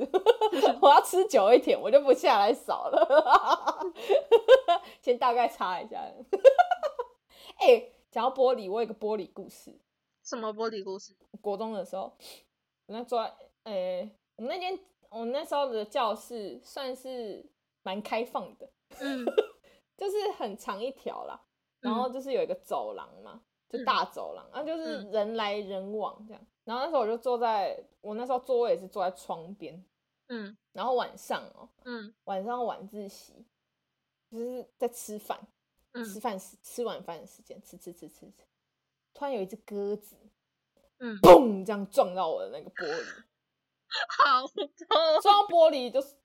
S2: 我要吃久一点，我就不下来扫了， 先大概查一下。 哎、讲到玻璃，我有一个玻璃故事。
S1: 什么玻璃故 事？
S2: 国中的时候，我那坐在，呃、我们那间我们那时候的教室算是蛮开放的，
S1: 嗯
S2: 就是很长一条啦，然后就是有一个走廊嘛，
S1: 嗯
S2: 就大走廊，啊，就是人来人往这样。然后那时候我就坐在我那时候座位也是坐在窗边，
S1: 嗯
S2: 然后晚上哦，
S1: 嗯
S2: 晚上晚自习就是在吃饭，吃
S1: 嗯
S2: 饭时吃晚饭的时间，吃吃吃吃吃，突然有一只鸽子
S1: 嗯，
S2: 嘣这样撞到我的那个玻璃，
S1: 好 痛，
S2: 撞到玻璃就是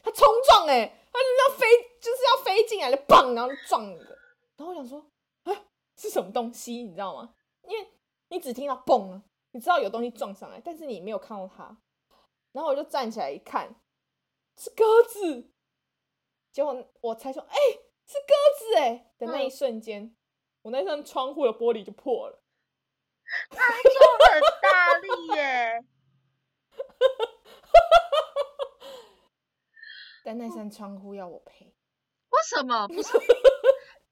S2: 它冲撞哎、欸，它就是要飞，就是要飞进来了，砰，然后就撞一个，然后我想说啊是什么东西，你知道吗？因为你只听到嘣啊，你知道有东西撞上来，但是你没有看到它，然后我就站起来一看，是鸽子，结果我才说哎、是鸽子哎、的那一
S1: 嗯
S2: 瞬间，我那扇窗户的玻璃就破了。哎
S1: 拍错很大力耶，
S2: 但那扇窗户要我赔，
S1: 为什么 不是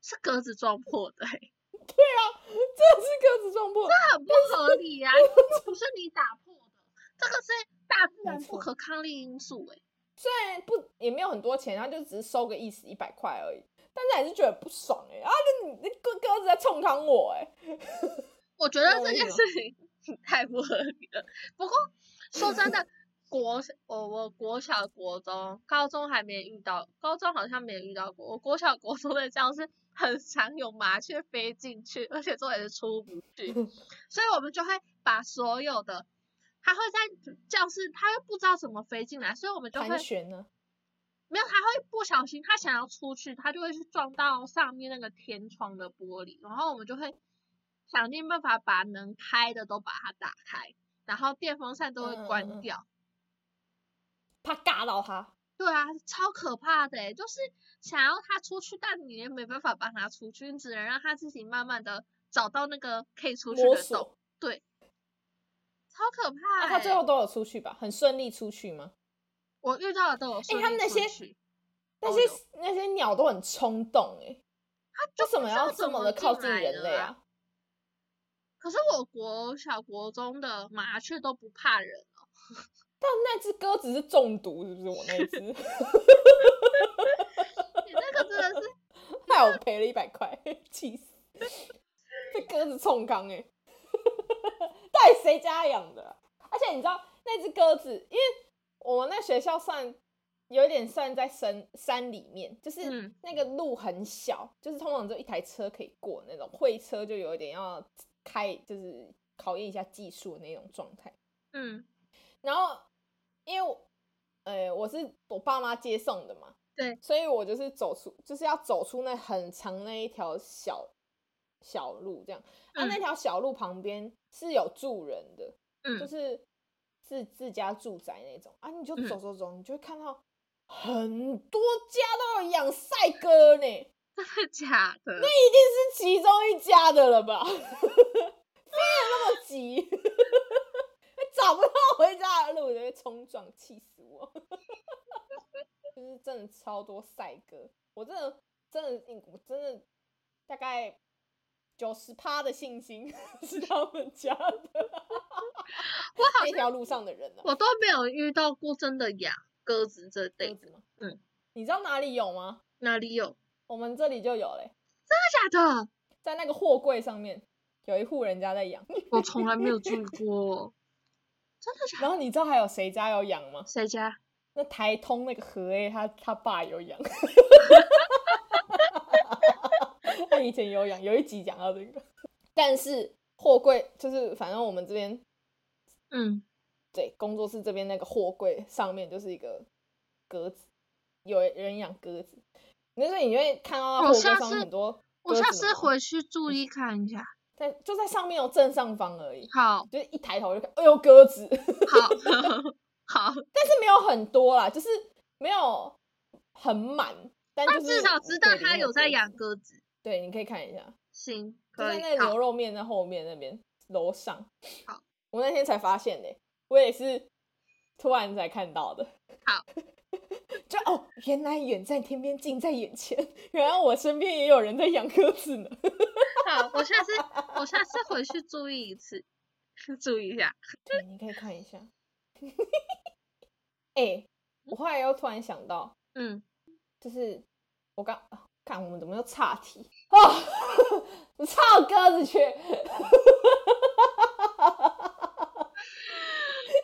S1: 是鸽子撞破的欸、
S2: 真的是鸽子撞破了，
S1: 这很不合理 呀、啊，这不是你打破的，这个是大自
S2: 没
S1: 然不
S2: 错
S1: 可抗力因素哎、
S2: 虽然不也没有很多钱，然后就只是收个意思一百块而已，但是还是觉得很不爽哎、啊，那你那鸽鸽子在冲康我哎、
S1: 我觉得
S2: 我
S1: 这
S2: 也
S1: 件
S2: 有
S1: 事情 太不合理了。不过说真的，国小我我国小、国中、高中还没遇到，高中好像没遇到过。我国小、国中的教室很常有麻雀飞进去，而且重点是出不去，所以我们就会把所有的。它会在教室，它又不知道怎么飞进来，所以我们就会
S2: 盘旋呢？
S1: 没有，他会不小心，他想要出去，他就会去撞到上面那个天窗的玻璃，然后我们就会想尽办法把能开的都把它打开，然后电风扇都会
S2: 嗯嗯嗯
S1: 关
S2: 嗯
S1: 掉。
S2: 怕尬到它，
S1: 对啊，超可怕的欸，就是想要他出去，但你也没办法帮他出去，你只能让他自己慢慢的找到那个可以出去
S2: 摸
S1: 的洞，
S2: 索。
S1: 超可怕
S2: 那、
S1: 欸。
S2: 它最后都有出去吧？很顺利出去吗？
S1: 我遇到的都有顺
S2: 他们
S1: 利
S2: 那
S1: 出
S2: 些
S1: 去
S2: 那
S1: 都
S2: 些
S1: 有
S2: 那些鸟都很冲动哎、
S1: 他就
S2: 为什
S1: 不
S2: 么
S1: 知道
S2: 要这
S1: 怎
S2: 么
S1: 么
S2: 的靠
S1: 进
S2: 近
S1: 来
S2: 人
S1: 的
S2: 类
S1: 啊
S2: 啊？
S1: 可是我国小国中的麻雀都不怕人。
S2: 但那只鸽子是中毒是不是？我那一只
S1: 你那个真的 是，
S2: 害我赔了一百块，气死！被鸽子冲缸哎、欸，到底谁家养的啊、而且你知道那只鸽子，因为我们那学校算有一点算在山山里面，就是
S1: 嗯
S2: 那个路很小，就是通常只有一台车可以过那种，会车就有一点要开，就是考验一下技术的那种状态。
S1: 嗯，
S2: 然后因为我，呃，我是我爸妈接送的嘛，
S1: 对，
S2: 所以我就是走出，就是要走出那很长那一条小小路，这样。啊，
S1: 嗯
S2: 那条小路旁边是有住人的，就
S1: 嗯，
S2: 是自自家住宅那种啊，你就
S1: 嗯
S2: 走走走，你就会看到很多家都有养赛鸽呢，一
S1: 真的假的？
S2: 定是其中一家的了吧？ 飞得那么急。 找不到回家的路，就会冲撞，气死我！ 就是真的超多赛鸽，我真的真的我真的大概九十趴的信心 是他们家的，
S1: 我好
S2: 那
S1: 像
S2: 条路上的人呢、啊？
S1: 我都没有遇到过真的养鸽子这
S2: 鸽
S1: 类，
S2: 子吗？
S1: 嗯，
S2: 你知道哪里有吗？
S1: 哪里有？
S2: 我们这里就有嘞，
S1: 真的假的？
S2: 在那个货柜上面有一户人家在养，
S1: 我从来没有注意过，真的假的？
S2: 然后你知道还有谁家有养吗？
S1: 谁家？
S2: 那台通那个何 A 他他爸有养， 他以前有养，有一集讲到这个，但是货柜就是反正我们这边
S1: 嗯，
S2: 对工作室这边那个货柜上面就是一个鸽子，有人养鸽子，那所以你会看到它货
S1: 我
S2: 柜
S1: 下
S2: 上
S1: 次
S2: 面很多鸽
S1: 我
S2: 子
S1: 下
S2: 毛，
S1: 次回去注意看一下。
S2: 在就在上面有正上方而已，
S1: 好，
S2: 就是一抬头就看，哎呦鸽子。
S1: 好， 好，
S2: 但是没有很多啦，就是没有很满，但
S1: 那
S2: 就
S1: 至
S2: 是
S1: 少知道
S2: 对里
S1: 他
S2: 面
S1: 有在
S2: 鸽子
S1: 养鸽子。
S2: 对，你可以看一下，
S1: 行，
S2: 就
S1: 可
S2: 在
S1: 以
S2: 那。牛
S1: 好，
S2: 肉面那后面那边楼上。
S1: 好，
S2: 我那天才发现的、我也是突然才看到的。
S1: 好，
S2: 就哦，原来远在天边，近在眼前，原来我身边也有人在养鸽子呢。
S1: 好，我下次我下次回去注意一次， 注意一下。
S2: 对，你可以看一下。 哎、我后来又突然想到，
S1: 嗯
S2: 就是我刚啊 看我们怎么又岔题啊！我 岔到鸽子去，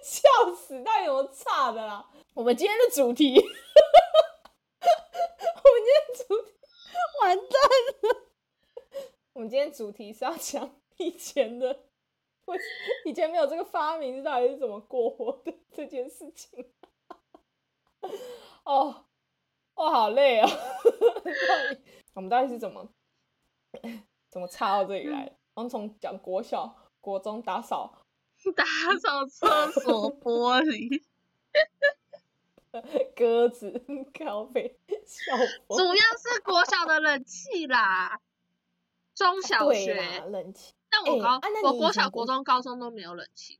S2: 笑死！到底有么岔的啦？我们今天的主题，我们今天主题完蛋了。我们今天主题是要讲以前的，我以前没有这个发明，到底是怎么过活的这件事情。 哦，哦， 好累啊、哦！到底我们到底是怎么怎么插到这里
S1: 嗯
S2: 来的？我们从讲国小、国中打扫
S1: 打扫厕所玻璃，
S2: 鸽子、 咖啡、笑
S1: 主
S2: 疯。
S1: 要是国小的冷气啦，中小
S2: 对啦，
S1: 学，
S2: 冷气。
S1: 但我
S2: 哎
S1: 高、
S2: 啊那
S1: 我
S2: 你以
S1: 国
S2: 前
S1: 小、
S2: 国
S1: 国中、高中都没有冷气，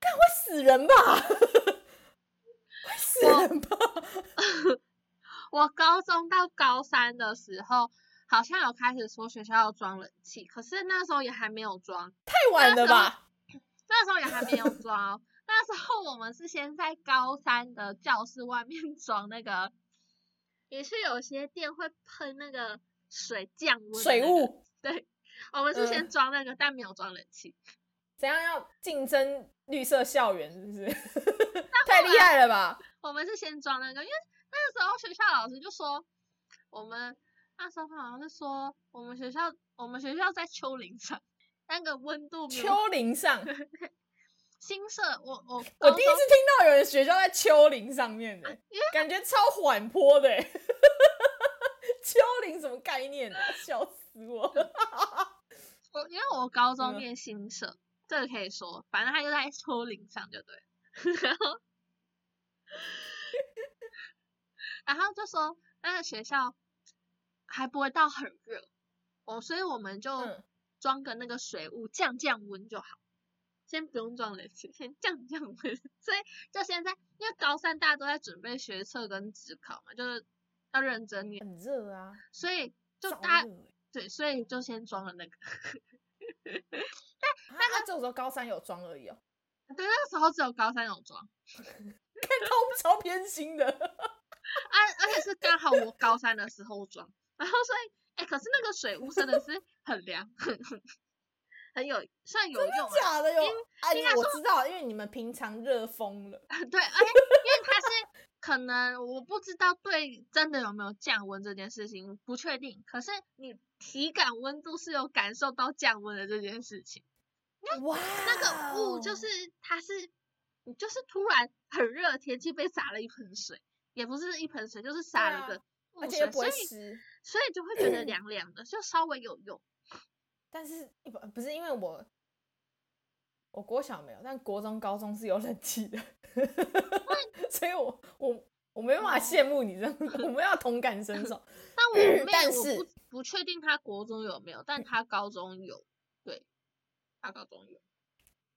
S2: 会死人吧？会死人吧？
S1: 我高中到高三的时候，好像有开始说学校要装冷气，可是那时候也还没有装，
S2: 太晚了吧？
S1: 那时候也还没 有装哦。那时候我们是先在高三的教室外面 装那个，也是有些店会喷那个水降温、
S2: 水。雾
S1: 对，我们是先
S2: 嗯
S1: 装那个，但没有装冷气。
S2: 怎样要竞争绿色校园？是不是？太厉害了吧？
S1: 我们是先装那个，因为那个时候学校老师就说，我们那时候好像是说我们学校我们学校在丘陵上，那个温度没有
S2: 丘陵上，
S1: 新社，我我
S2: 我
S1: 高
S2: 第一
S1: 中啊
S2: 次听到有人学校在丘陵上面的、感觉超缓坡的、欸。丘陵什么概念啊？笑死我！
S1: 我因为我高中
S2: 嗯
S1: 念新社，这个可以说，反正他就在丘陵上就对了。 然后，然后就说那个学校还不会到很热，哦，所以我们就
S2: 嗯
S1: 装个那个水雾降降温就好，先不用装冷气，先降降温。 所以就现在，因为高三大家都在准备学测跟职考嘛，就是要认真念，
S2: 很热啊，
S1: 所以就
S2: 燥
S1: 大家
S2: 热欸
S1: 对，所以就先装了那个。
S2: 啊啊这个时候高三有装而已哦、
S1: 对，那个时候只有高三有装
S2: 超超偏心的。
S1: 啊，而且是刚好我高三的时候装，然后所以哎、可是那个水雾真的是很凉，很很有算有用、啊，
S2: 假的哟
S1: 应！
S2: 哎
S1: 应该，
S2: 我知道，因为你们平常热疯了，
S1: 对， 而且因为它是可能我不知道对真的有没有降温这件事情不确定，可是你体感温度是有感受到降温的这件事情。
S2: 哇，
S1: 那个
S2: 哦
S1: 雾就是它是，你就是突然很热的天气被洒了一盆水，也不是一盆水，就是洒了一
S2: 啊
S1: 个雾
S2: 而且又
S1: 水，
S2: 不
S1: 所
S2: 会
S1: 以
S2: 湿。
S1: 所以就会觉得凉凉的，就稍微有用。
S2: 但是一不不是因为我，我国小没有，但国中、高中是有冷气的， 所以我我我没办法
S1: 哦
S2: 羡慕你这样，我们要同感 身受。
S1: 但我妹
S2: 嗯但
S1: 我不
S2: 是
S1: 不确定她国中有没有，但她高中有，对，她高中有。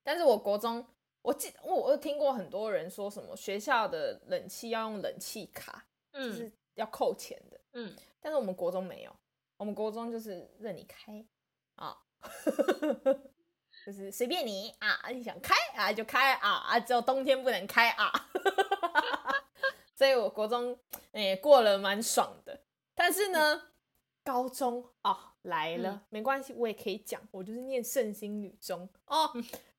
S2: 但是我国中，我记我我有听过很多人说什么学校的冷气要用冷气卡，就
S1: 嗯
S2: 是要扣钱的。
S1: 嗯，
S2: 但是我们国中没有，我们国中就是任你开啊， 就是随便你啊，你想开啊就开啊啊，只有冬天不能开啊。所以我国中也、诶过了蛮爽的，但是呢，高中啊、来了，
S1: 嗯
S2: 没关系，我也可以讲，我就是念圣心女中哦，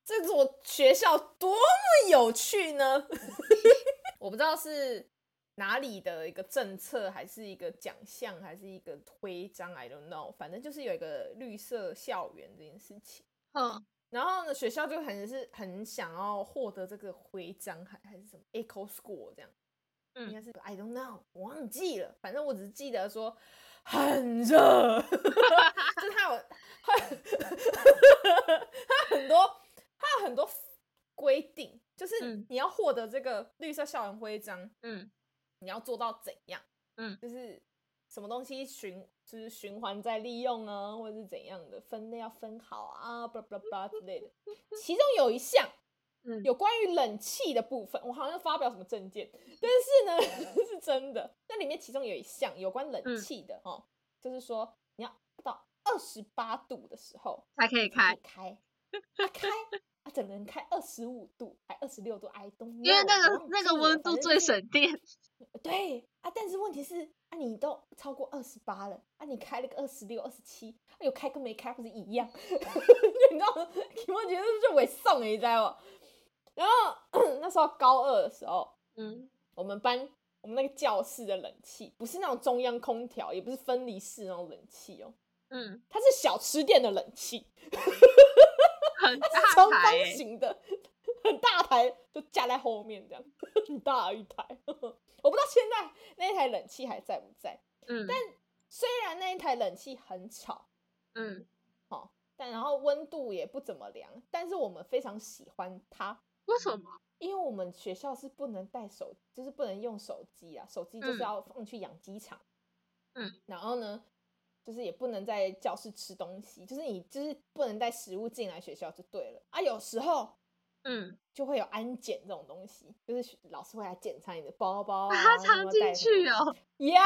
S2: 这所学校多么有趣呢！ 我不知道是哪里的一个政策，还是一个奖项，还是一个徽章，I don't know。反正就是有一个绿色校园这件事情。
S1: 哼，
S2: 然后呢，学校就很是很想要获得这个徽章，还还是什么 Eco School 这样，
S1: 嗯
S2: 应该是 I don't know，我忘记了，反正我只是记得说很热， 就它有它很多它有很多规定，就是
S1: 嗯
S2: 你要获得这个绿色校园徽章，
S1: 嗯
S2: 你要做到怎样？
S1: 嗯
S2: 就是什么东西循就是循环再利用啊，或者是怎样的分类要分好啊，巴拉巴拉巴拉之类的。其中有一项
S1: 嗯，
S2: 有关于冷气的部分，我好像发表什么证件，但是呢 是真的。那里面其中有一项有关冷
S1: 嗯
S2: 气的哦，就是说你要到二十八度的时候
S1: 才可以开
S2: 才可以，开，啊开。啊，整个人开二十五度，还二十六度，I don't know，
S1: 因为那个
S2: 我忘
S1: 那
S2: 记
S1: 个
S2: 了
S1: 温
S2: 反
S1: 度
S2: 正
S1: 最
S2: 就是
S1: 省电。
S2: 对啊，但是问题是啊，你都超过二十八了啊，你开了个二十六、二十七，啊，有开跟没开不是一样？ 你知道吗？我觉得就尾送了，你知道吗？然后那时候高二的时候，
S1: 嗯，
S2: 我们班我们那个教室的冷气不是那种中央空调，也不是分离式那种冷气哦，
S1: 嗯，
S2: 它是小吃店的冷气，
S1: 很大
S2: 是长
S1: 牌、
S2: 方
S1: 欸，
S2: 形的，很大台，就架在后面这样， 很大一台。 我不知道现在那一台冷气还在不在。
S1: 嗯
S2: 虽然那一台冷气很吵，
S1: 嗯，
S2: 但然后温度也不怎么凉，但是我们非常喜欢它，
S1: 为什么？
S2: 因为我们学校是不能带手，就是不能用手机啊，手机就
S1: 嗯
S2: 是要放去养鸡场。
S1: 嗯，
S2: 然后呢，就是也不能在教室吃东西，就是你就是不能带食物进来学校就对了啊。有时候
S1: 嗯，
S2: 就会有安检这种东西，就是老师会来检查你的包包啊，
S1: 他
S2: 你有没
S1: 插
S2: 有
S1: 进
S2: 带什
S1: 去哦，
S2: 么呀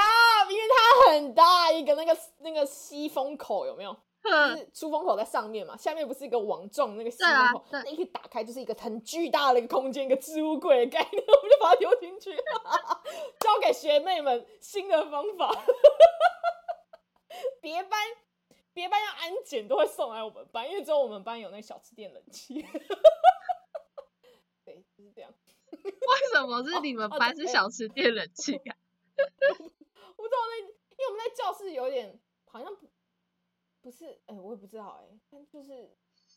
S2: 因为它很大一个那个那个吸风口有没有？就
S1: 哼，
S2: 是出风口在上面嘛，下面不是一个网状那个吸
S1: 对啊
S2: 风口，
S1: 对
S2: 那一个打开就是一个很巨大的一个空间，一个置物柜 的概念，我们就把它丢进去，交给学妹们新的方法。 别班别班要安检都会送来我们班，因为只有我们班有那个小吃店冷气。 对，就是这样。
S1: 为什么是你们
S2: 哦哦
S1: 班
S2: 对哦
S1: 是小吃店冷气啊？
S2: 我不知道那，因为我们在教室有点好像不不是，哎、我也不知道哎、但就是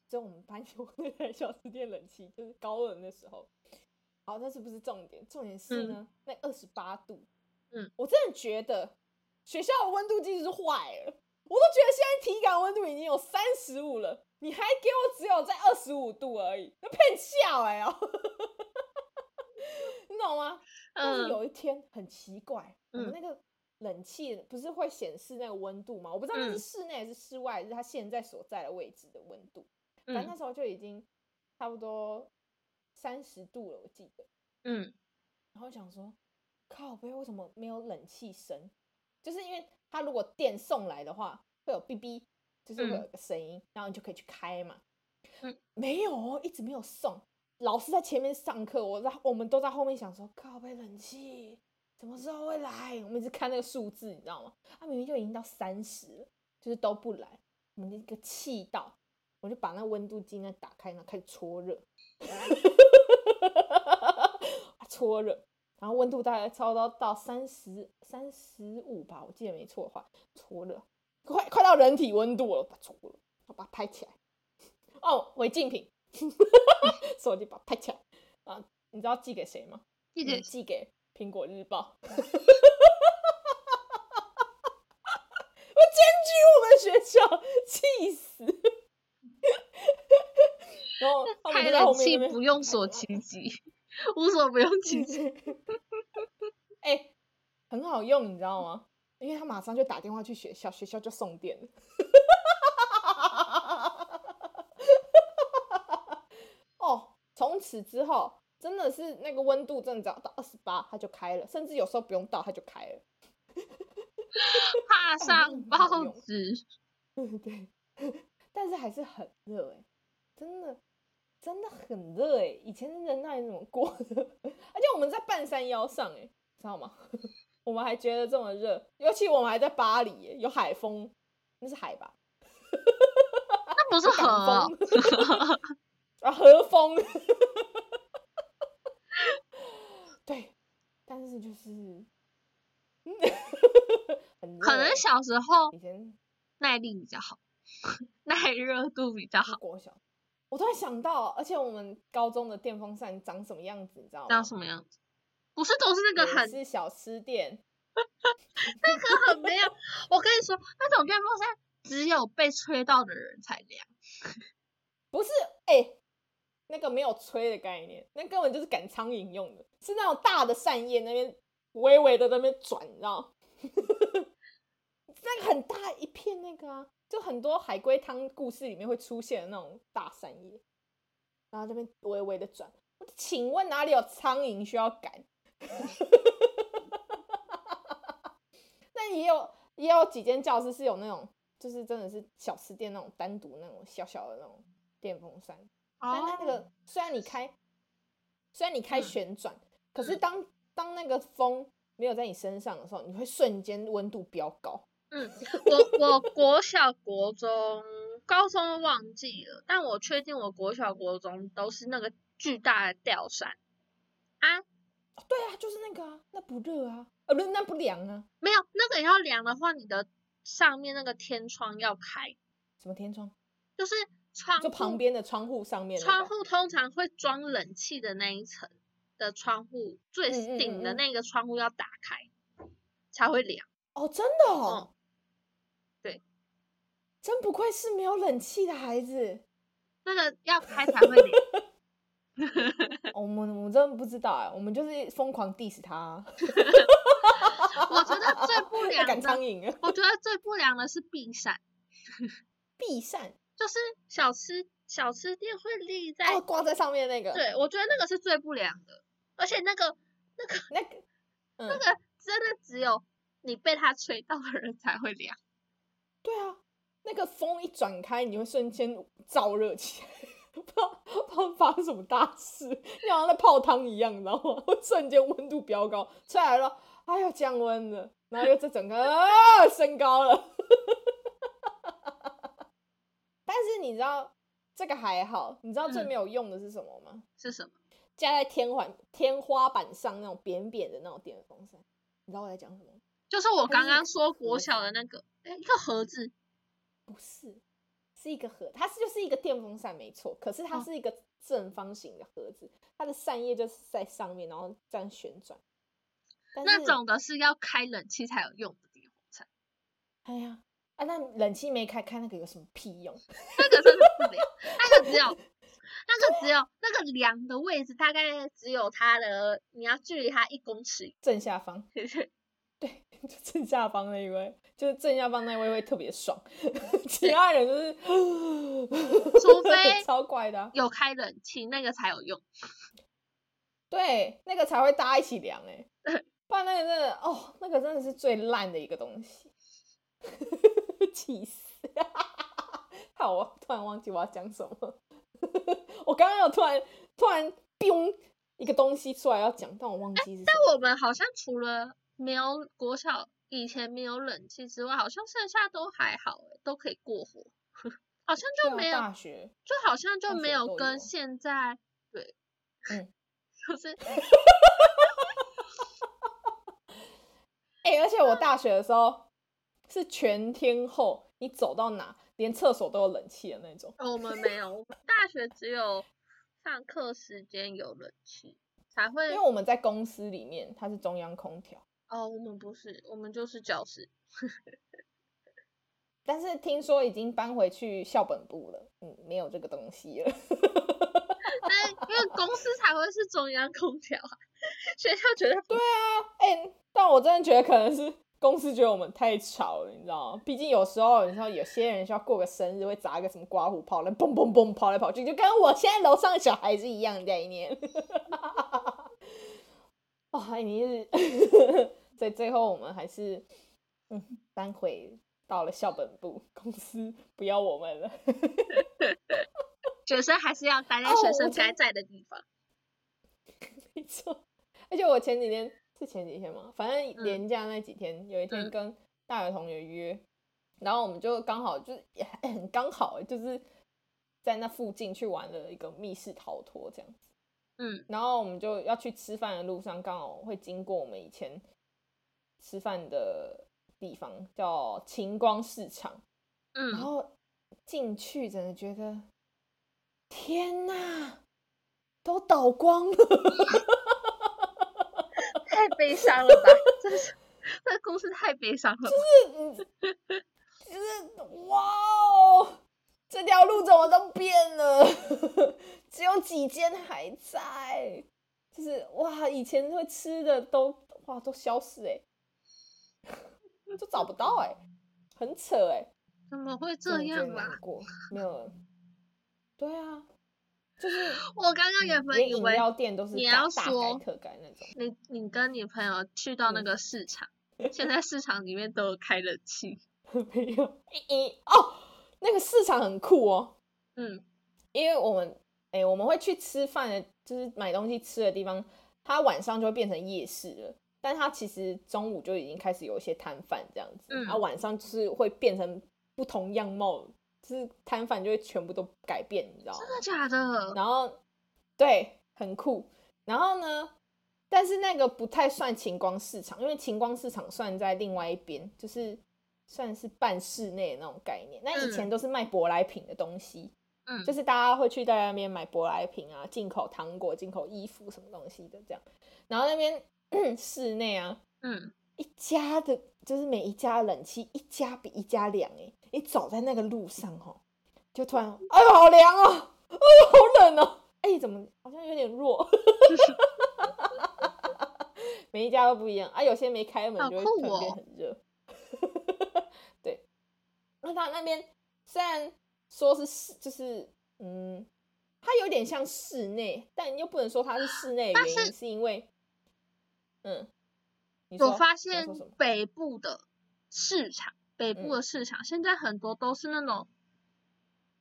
S2: 只有我们班有那台小吃店冷气，就是高冷的时候。好，那是不是重点？重点是呢，那二十八度，
S1: 嗯，
S2: 我真的觉得学校的温度计是坏了，我都觉得现在体感温度已经有三十五了，你还给我只有在二十五度而已，那骗笑哎、哦， 你懂吗？但是
S1: 嗯
S2: 有一天很奇怪，我们
S1: 嗯
S2: 那个冷气不是会显示那个温度吗？我不知道那是
S1: 嗯
S2: 室内还是室外，还是它现在所在的位置的温度。反正那
S1: 嗯
S2: 时候就已经差不多三十度了，我记得。
S1: 嗯
S2: 然后想说，靠背为什么没有冷气声？就是因为它如果电送来的话，会有哔哔，就是会有
S1: 嗯
S2: 一个声音，然后你就可以去开嘛。
S1: 嗯，
S2: 没有哦，一直没有送。老师在前面上课，我在我们都在后面想说，靠背冷气什么时候会来？我们一直看那个数字，你知道吗？啊，明明就已经到三十了，就是都不来，我们那个气到，我就把那温度计那打开，然后开始搓热， 啊搓热，然后温度大概超到到三十三十五吧，我记得没错的话，搓热，快快到人体温度了，把它搓热，我把它拍起来。哦，违禁品， 手机把它拍起来啊！你知道寄给谁吗？
S1: 一
S2: 嗯
S1: 点
S2: 寄给《苹果日报》。 我检举我们学校，气死！ 然后他们
S1: 开
S2: 就在后
S1: 冷
S2: 面
S1: 气
S2: 那边
S1: 不用所其极， 无所不用 其极。
S2: 哎、很好用，你知道吗？因为他马上就打电话去学校，学校就送电了。哦，从此之后真的是那个温度，真的只要到二十八，它就开了，甚至有时候不用到它就开了。
S1: 怕
S2: 那
S1: 上
S2: 很好
S1: 报
S2: 用
S1: 纸，
S2: 嗯对，但是还是很热哎、真的真的很热哎、以前的人那里怎么过的？ 而且我们在半山腰上哎、知道吗？ 我们还觉得这么热，尤其我们还在巴黎、欸，有海风，那是海吧？
S1: 那不是河
S2: 港
S1: 哦、
S2: 风啊，和风。 对，但是就是， 嗯很热
S1: 可能
S2: 欸
S1: 小时候
S2: 以前
S1: 耐力比较好， 耐热度比较
S2: 是
S1: 好，
S2: 国小，我突然想到，而且我们高中的电风扇长什么样子，你知道吗？
S1: 知道什么样子？不是都是那个
S2: 也
S1: 很
S2: 是小吃店，
S1: 很没有。我跟你说，那种电风扇只有被吹到的人才凉。
S2: 不是哎、那个没有吹的概念，那根本就是赶苍蝇用的，是那种大的扇叶那边微微的那边转，你知道吗？ 那个很大一片那个啊，就很多海龟汤故事里面会出现的那种大扇叶，然后这边微微的转。我请问哪里有苍蝇需要赶？ 那也有也有几间教室是有那种，就是真的是小吃店那种单独那种小小的那种电风扇，但它那个虽然你开，虽然你开
S1: 哦嗯
S2: 旋转，可是
S1: 嗯
S2: 当当那个风没有在你身上的时候，你会瞬间温度飙高。
S1: 嗯， 我我国小、国中、高中忘记了，但我确定我国小、国中都是那个巨大的吊扇啊，
S2: 哦对啊，就是那个啊，那不热啊，呃，不是那不凉啊，
S1: 没有那个要量的话，你的上面那个天窗要开，
S2: 什么天窗？
S1: 就是窗
S2: 就
S1: 户
S2: 旁边的窗户上面那个啊、
S1: 窗户通常会装冷气的那一层的窗户，最
S2: 嗯嗯
S1: 顶的
S2: 嗯
S1: 那个窗户要打开才会凉。
S2: 哦，真的哦，
S1: 嗯对，
S2: 真不愧是没有冷气的孩 子。
S1: 那个要开才会凉。
S2: 哦我们我真的不知道哎，我们就是疯狂 diss 他啊，
S1: 我觉得最 不
S2: 在赶
S1: 良
S2: 苍
S1: 的，
S2: 蝇啊，
S1: 我觉得最不良的是避扇，
S2: 避扇
S1: 就是小吃小吃店会立在，
S2: 哦，挂在上面那个，，
S1: 哎对我觉得那个是最不良的，而且那个
S2: 那个，嗯，
S1: 那个真的只有你被它吹到的人才会凉。
S2: 对啊，那个风一转开，你会瞬间燥热起来，不知道不知道发生什么大事，你好像在泡汤一样，你知道吗？ 会瞬间温度飙高，吹来了，哎呀降温了，然后又这整个、啊、升高了。 但是你知道这个还好，你知道最
S1: 嗯
S2: 没有用的是什么吗？
S1: 是什么？
S2: 架在天环天花板上那种扁扁的那种电风扇，你知道我在讲什么吗？
S1: 就是我
S2: 它
S1: 刚
S2: 是
S1: 刚说
S2: 盒
S1: 国
S2: 子
S1: 小的那个，哎，一个盒子，
S2: 不是，是一个盒，它是就是一个电风扇没错，可是它
S1: 哦
S2: 是一个正方形的盒子，它的扇叶就是在上面，然后这样旋转。但
S1: 那
S2: 是，
S1: 种的是要开冷气才有用的电风扇，
S2: 哎呀，啊，那冷气没开，开那个有什么屁用？
S1: 那个真的不凉，那个只有。那个只有那个凉的位置，大概只有它的，你要距离它一公尺以
S2: 正下方，
S1: 内
S2: 对，就正下方那一位，就是正下方那一位会特别爽， 其他人就是，
S1: 除非
S2: 超怪的啊、
S1: 有开冷气，那个才有用。
S2: 对，那个才会大家一起量 哎、
S1: 对
S2: 不然那个真的哦，那个真的是最烂的一个东西，气死！好，我突然忘记我要讲什么， 我刚刚有突然突然 biu 一个东西出来要讲，但我忘记是什么。
S1: 我们好像除了没有国小以前没有冷气之外，好像剩下都还好、欸，都可以过活，好像就没
S2: 对
S1: 有，
S2: 啊、大学，
S1: 就好像
S2: 大
S1: 就没
S2: 学
S1: 有
S2: 都有啊
S1: 跟现在对，
S2: 嗯，
S1: 就是
S2: 哎、而且我大学的时候是全天候，你走到哪，连厕所都有冷气的那种。
S1: 哦我们没有，我们大学只有上课时间有冷气才会
S2: 因为。我们在公司里面，它是中央空调，
S1: 哦，我们不是，我们就是教室。
S2: 但是听说已经搬回去校本部了，嗯，没有这个东西了。
S1: 但因为公司才会是中央空调啊，学校觉 得不
S2: 哎、但我真的觉得可能是公司觉得我们太吵了，你知道吗？毕竟有时候，你知道有些人需要过个生日，会砸一个什么刮胡泡，来蹦蹦蹦跑来跑去，就跟我现在楼上的小孩子一样的概念。 哇、哎你是， 所以最后我们还是嗯搬回到了校本部，公司不要我们了。
S1: 学生还是要待在
S2: 哦
S1: 学
S2: 我
S1: 生
S2: 前
S1: 该在的地方。
S2: 没错。而且我前几天是前几天嘛，反正
S1: 嗯
S2: 连假那几天，有一天
S1: 嗯
S2: 跟大学同学约，然后我们就刚好就是也很刚好，就是在那附近去玩了一个密室逃脱这样子。
S1: 嗯，
S2: 然后我们就要去吃饭的路上，刚好会经过我们以前吃饭的地方，叫晴光市场。然
S1: 嗯，
S2: 后进去，真的觉得天哪，都倒光了。
S1: 太悲伤了吧？真 是，这个故事太悲伤了吧。
S2: 嗯，就是哇哦，这条路怎么都变了， 只有几间还在，就是哇，以前会吃的都哇都消失哎、就找不到哎、很扯哎、
S1: 怎么会
S2: 真
S1: 这
S2: 的觉得
S1: 样啊啦
S2: 难？过，没有了，对啊，就是
S1: 我刚刚原本
S2: 连
S1: 以
S2: 饮
S1: 为
S2: 料店都是
S1: 你
S2: 大
S1: 要
S2: 大改
S1: 说
S2: 特改那种，
S1: 你你跟你朋友去到那
S2: 嗯
S1: 个市场，现在市场里面都有开冷气。
S2: 没有，咦哦，那个市场很酷哦，
S1: 嗯
S2: 因为我们哎、我们会去吃饭的，就是买东西吃的地方，它晚上就会变成夜市了。但它其实中午就已经开始有一些摊贩这样子，
S1: 嗯
S2: 啊，晚上就是会变成不同样貌，就是摊贩就会全部都改变，你知道吗？
S1: 真的假的？
S2: 然后对，很酷。然后呢，但是那个不太算晴光市场，因为晴光市场算在另外一边，就是算是半室内的那种概念。那以前都是卖舶来品的东西，
S1: 嗯
S2: 就是大家会去在那边买舶来品啊，进口糖果、进口衣服什么东西的这样。然后那边 室内啊，
S1: 嗯，
S2: 一家的，就是每一家冷气一家比一家凉哎、你走在那个路上哦，就突然哎呦好凉哦，哎呦好冷哦，哎怎么好像有点弱， 每一家都不一样啊，有些没开门
S1: 好
S2: 就会
S1: 酷
S2: 突然变
S1: 哦
S2: 很热， 对，那他那边虽然说是室，就是嗯，它有点像室内，但又不能说它是室内，
S1: 但
S2: 原因
S1: 是
S2: 是因为嗯。你
S1: 我
S2: 说
S1: 发
S2: 你要
S1: 现
S2: 说什么
S1: 北部的市场，北部
S2: 嗯
S1: 的市场、现在很多都是那种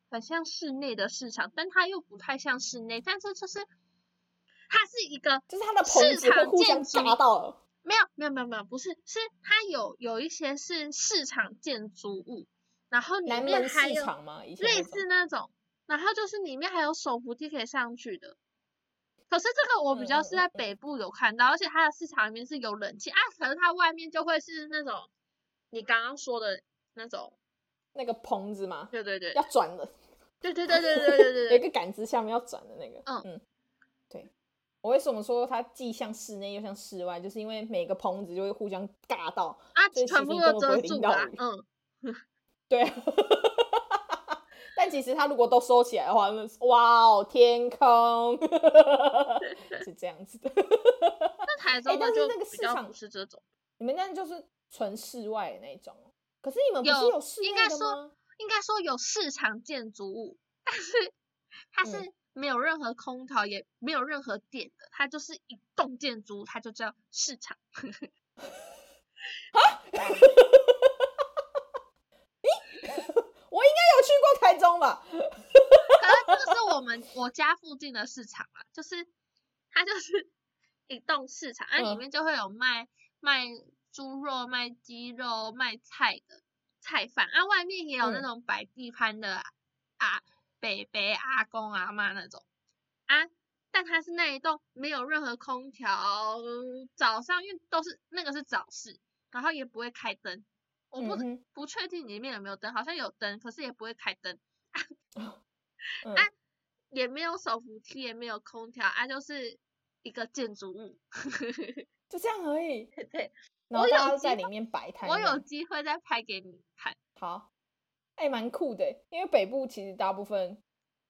S1: 很像室内的市场，但它又不太像室内，但是就是它是一个
S2: 就是它的棚子会互相砸到了。
S1: 没有没有没有没有，不是，是它有有一些是市场建筑物，然后里
S2: 南
S1: 面
S2: 门
S1: 还
S2: 市
S1: 有
S2: 场吗？以前
S1: 类
S2: 那种
S1: 似那种，然后就是里面还有手扶梯可以上去的。可是这个我比
S2: 嗯
S1: 较
S2: 嗯
S1: 是在
S2: 嗯嗯
S1: 北部有看到，而且它的市场里面是有冷气啊，可是它外面就会是那种你刚刚说的那种，
S2: 那个棚子嘛，
S1: 对对对
S2: 要转的，
S1: 对对对对对对对
S2: 有
S1: 对，
S2: 一个杆子下面要转的那个。
S1: 嗯
S2: 嗯，对。我为什么说它既像室内又像室外，就是因为每个棚子就会互相尬到。
S1: 啊，
S2: 所以
S1: 全
S2: 其实
S1: 部
S2: 你
S1: 都
S2: 根本不
S1: 遮
S2: 会淋
S1: 住
S2: 到
S1: 了啊
S2: 雨，
S1: 嗯，
S2: 对。 但其实它如果都收起来的话，那是哇哦，天空 是这样子的。
S1: 那台
S2: 哎
S1: 中的
S2: 但是
S1: 就
S2: 那个
S1: 比
S2: 市
S1: 较
S2: 场
S1: 不是这种，
S2: 你们那就是纯室外的那一种哦，可是你们不是
S1: 有
S2: 有室内
S1: 应该
S2: 的
S1: 说
S2: 吗？
S1: 应该说有市场建筑物，但是它
S2: 嗯
S1: 是没有任何空调，也没有任何电的，它就是一栋建筑物，它就叫市场。
S2: 我应该有去过台中吧？
S1: 可是这是我们我家附近的市场啊，就是它就是 一栋市场，那、里
S2: 嗯
S1: 面就会有卖卖猪肉、卖鸡肉、卖菜的菜贩，啊，外面也有那
S2: 嗯
S1: 种摆地摊的啊，啊北北阿公阿妈那种啊。但它是那一栋没有任何空调，早上因为都是那个是早市，然后也不会开灯，我不、
S2: 嗯哼
S1: 不确定里面有没有灯，好像有灯，可是也不会开灯。
S2: 嗯
S1: 啊也没有手扶梯，也没有空调，啊，就是一个建筑物。
S2: 就这样而已。
S1: 对，
S2: 然后
S1: 我
S2: 大
S1: 有
S2: 家
S1: 机
S2: 在
S1: 会
S2: 里面摆摊
S1: 我
S2: 这样。
S1: 有机会再拍给你看。
S2: 好，哎、蛮酷的欸，因为北部其实大部分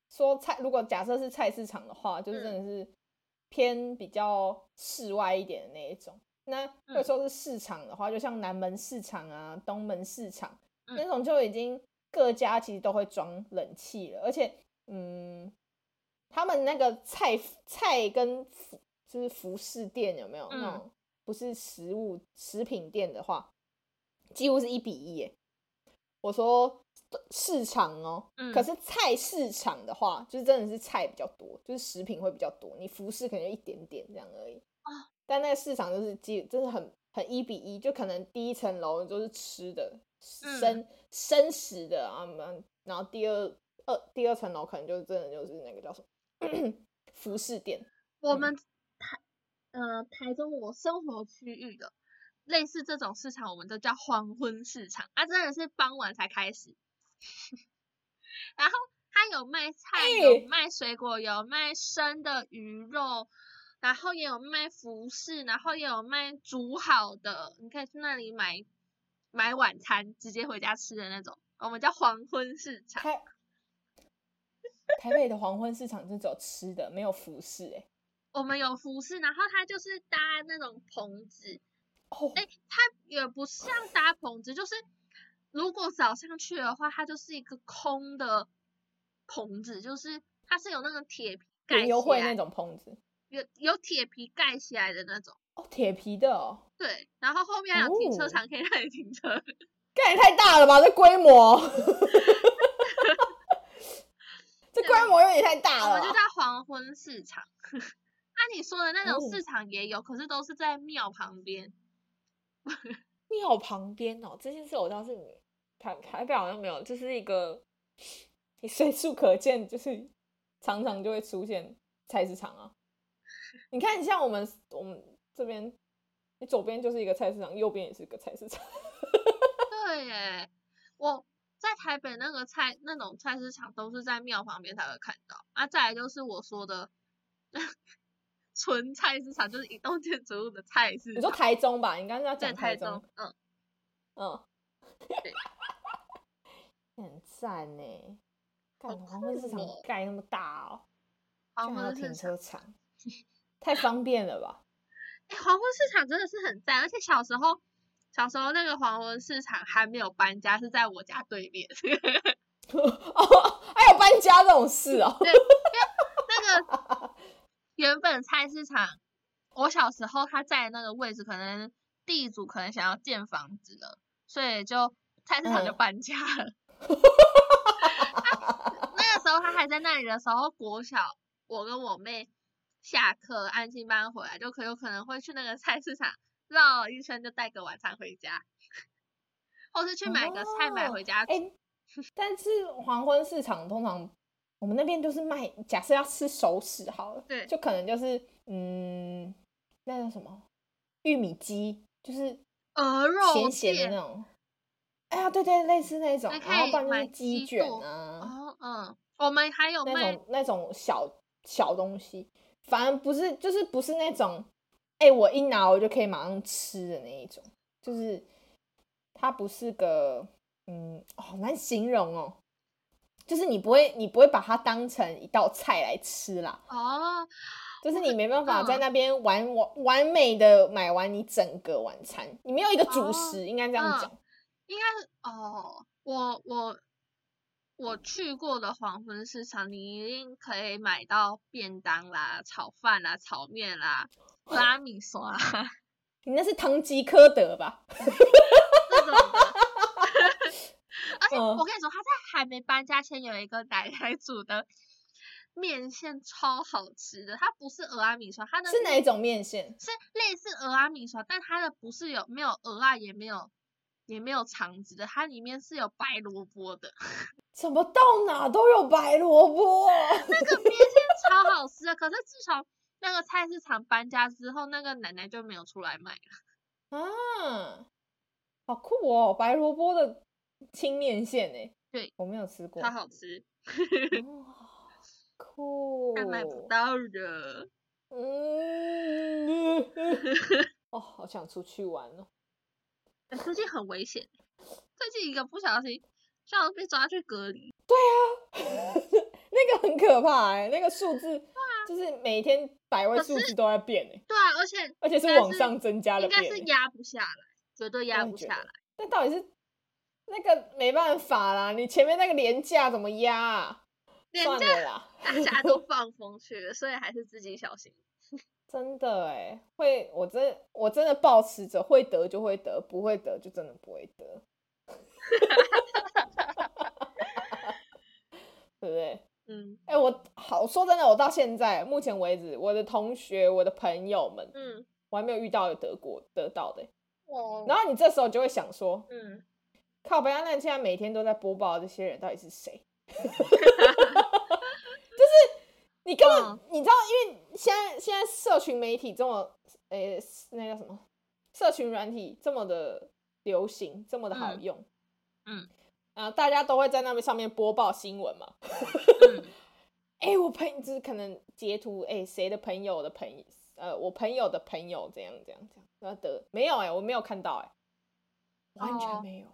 S2: 说菜，如果假设是菜市场的话，就是
S1: 嗯
S2: 真的是偏比较室外一点的那一种。那或者
S1: 嗯
S2: 说是市场的话，就像南门市场啊、东门市场
S1: 嗯
S2: 那种，就已经各家其实都会装冷气了，而且，嗯，他们那个菜菜跟服就是服饰店有没有、那
S1: 嗯
S2: 种不是食物食品店的话，几乎是一比一耶。我说市场哦，
S1: 嗯
S2: 可是菜市场的话，就是真的是菜比较多，就是食品会比较多，你服饰可能就一点点这样而已。
S1: 哦
S2: 但那个市场就是基，真的很很一比一，就可能第一层楼都是吃的
S1: 嗯
S2: 生、生食的啊，嗯然后第二二第二层楼可能就真的就是那个叫什么服饰店，
S1: 我
S2: 嗯
S1: 们台呃台中我生活区域的类似这种市场，我们都叫黄昏市场，啊，真的是傍晚才开始。 然后它有卖菜，
S2: 哎
S1: 有卖水果，有卖生的鱼肉，然后也有卖服饰，然后也有卖煮好的，你可以去那里买买晚餐，直接回家吃的那种，我们叫黄昏市场。
S2: 台台北的黄昏市场就只有吃的，没有服饰哎、
S1: 我们有服饰，然后它就是搭那种棚子，
S2: 哦，
S1: 哎、它也不像搭棚子，就是如果早上去的话，它就是一个空的棚子，就是它是有那个铁皮盖
S2: 园
S1: 起
S2: 游会那
S1: 来，
S2: 种棚子，
S1: 有有铁皮盖起来的那种。
S2: 哦，铁皮的哦，
S1: 对，然后后面还有停车
S2: 哦
S1: 场可以让你停车。
S2: 干也太大了吧，这规模， 这规模有点太大
S1: 我
S2: 了
S1: 们就
S2: 吧。
S1: 叫黄昏市场。啊， 按你说的那种
S2: 哦
S1: 市场也有，可是都是在庙旁边。
S2: 庙旁边哦，这件事我倒是没台台北好像没有，就是一个你随处可见，就是常常就会出现菜市场啊。你看，像我们我们这边，你左边就是一个菜市场，右边也是一个菜市场。
S1: 对耶，我在台北那个菜那种菜市场都是在庙旁边才会看到。啊，再来就是我说的 纯菜市场，就是一栋建筑物的菜市
S2: 你
S1: 场。
S2: 说台中吧，你刚刚要
S1: 在
S2: 讲
S1: 台
S2: 中
S1: 中，，嗯，
S2: 嗯
S1: 对，
S2: 很赞呢。
S1: 好
S2: 干黄昏市
S1: 酷
S2: 场
S1: 哦
S2: 盖那么大哦，
S1: 黄
S2: 居然还有
S1: 昏
S2: 停
S1: 市场
S2: 车。 场，太方便了吧？
S1: 哎、黄昏市场真的是很赞，而且小时候，小时候那个黄昏市场还没有搬家，是在我家对面。
S2: 哦，还有搬家这种事哦。
S1: 那个原本菜市场，我小时候他在的那个位置，可能地主可能想要建房子了，所以就菜市场就
S2: 嗯
S1: 搬家了。 那个时候他还在那里的时候，国小我跟我妹下课安静班回来，就可有可能会去那个菜市场绕一圈，就带个晚餐回家，或是去买个菜买
S2: 哦
S1: 回家吃。
S2: 哎、 但是黄昏市场通常我们那边就是卖，假设要吃熟食好了，
S1: 对
S2: 就可能就是嗯，那叫什么玉米鸡，就是
S1: 鹅肉
S2: 咸咸的
S1: 片，
S2: 那种。哎呀，对对，类似那种，
S1: 那
S2: 然
S1: 可以
S2: 后不然就
S1: 买
S2: 是鸡
S1: 鸡
S2: 卷
S1: 肚
S2: 啊，
S1: 哦，嗯，我们还有
S2: 那
S1: 卖
S2: 种那种小小东西，反而不是就是不是那种，哎、我一拿我就可以马上吃的那一种，就是它不是个嗯，哦好难形容哦，就是你不会你不会把它当成一道菜来吃啦，
S1: 哦，
S2: 就是你没办法
S1: 嗯
S2: 在那边完完完美的买完你整个晚餐，你没有一个主
S1: 哦
S2: 食，应该这样
S1: 嗯
S2: 讲。
S1: 应该是哦，我我我去过的黄昏市场，你一定可以买到便当啦、炒饭啦、炒面啦、 拉米刷啊啦
S2: 你那是堂吉诃德吧？
S1: 这种的。而且
S2: 嗯
S1: 我跟你说，他在还没搬家前有一个奶奶煮的面线超好吃的，它不是俄阿米刷，它的
S2: 是哪一种面线？
S1: 是类似俄阿米刷，但它的不是有没有鹅啊，也没有也没有肠子的，它里面是有白萝卜的。
S2: 怎么到哪都有白萝卜？哦
S1: 超好吃的。可是自从那个菜市场搬家之后，那个奶奶就没有出来卖了。
S2: 啊，好酷哦！白萝卜的青面线哎，
S1: 对
S2: 我没有吃过，
S1: 超好吃，
S2: 哦 酷，
S1: 但买不到的。
S2: 嗯，哦，好想出去玩哦。
S1: 哎最近很危险，最近一个不小心就要被抓去隔离。
S2: 那个很可怕哎、那个数字就是每天百位
S1: 啊可
S2: 数字都在变哎、
S1: 对啊，而且
S2: 而且是
S1: 应该
S2: 往
S1: 是
S2: 上增加的
S1: 应
S2: 变
S1: 该
S2: 欸、
S1: 是压不下来，绝对压
S2: 我也
S1: 不
S2: 觉
S1: 下
S2: 得
S1: 来。
S2: 那到底是那个没办法啦，你前面那个廉价怎么压、啊？
S1: 廉
S2: 算
S1: 价
S2: 了啦，
S1: 大 家都放风去了，所以还是自己小心。
S2: 真的哎，会我真我真的保持着会得就会得，不会得就真的不会得， 对不对？
S1: 嗯
S2: 哎、我好说真的，我到现在目前为止，我的同学、我的朋友们，
S1: 嗯，
S2: 我还没有遇到有德国得到的欸。
S1: 我
S2: 然后你这时候就会想说，
S1: 嗯，
S2: 靠北安那现在每天都在播报的这些人到底是 谁？就是你根本、
S1: 嗯
S2: 你知道，因为现在现在社群媒体这么诶、那叫什么？社群软体这么的流行，这么的好
S1: 嗯
S2: 用，
S1: 嗯
S2: 啊、大家都会在那边上面播报新闻嘛。
S1: 嗯
S2: 哎、我朋就是可能截图，哎、谁的朋友的朋友，呃，我朋友的朋友怎样怎样怎样，然后得没有哎、我没有看到哎、完
S1: 哦
S2: 全没有。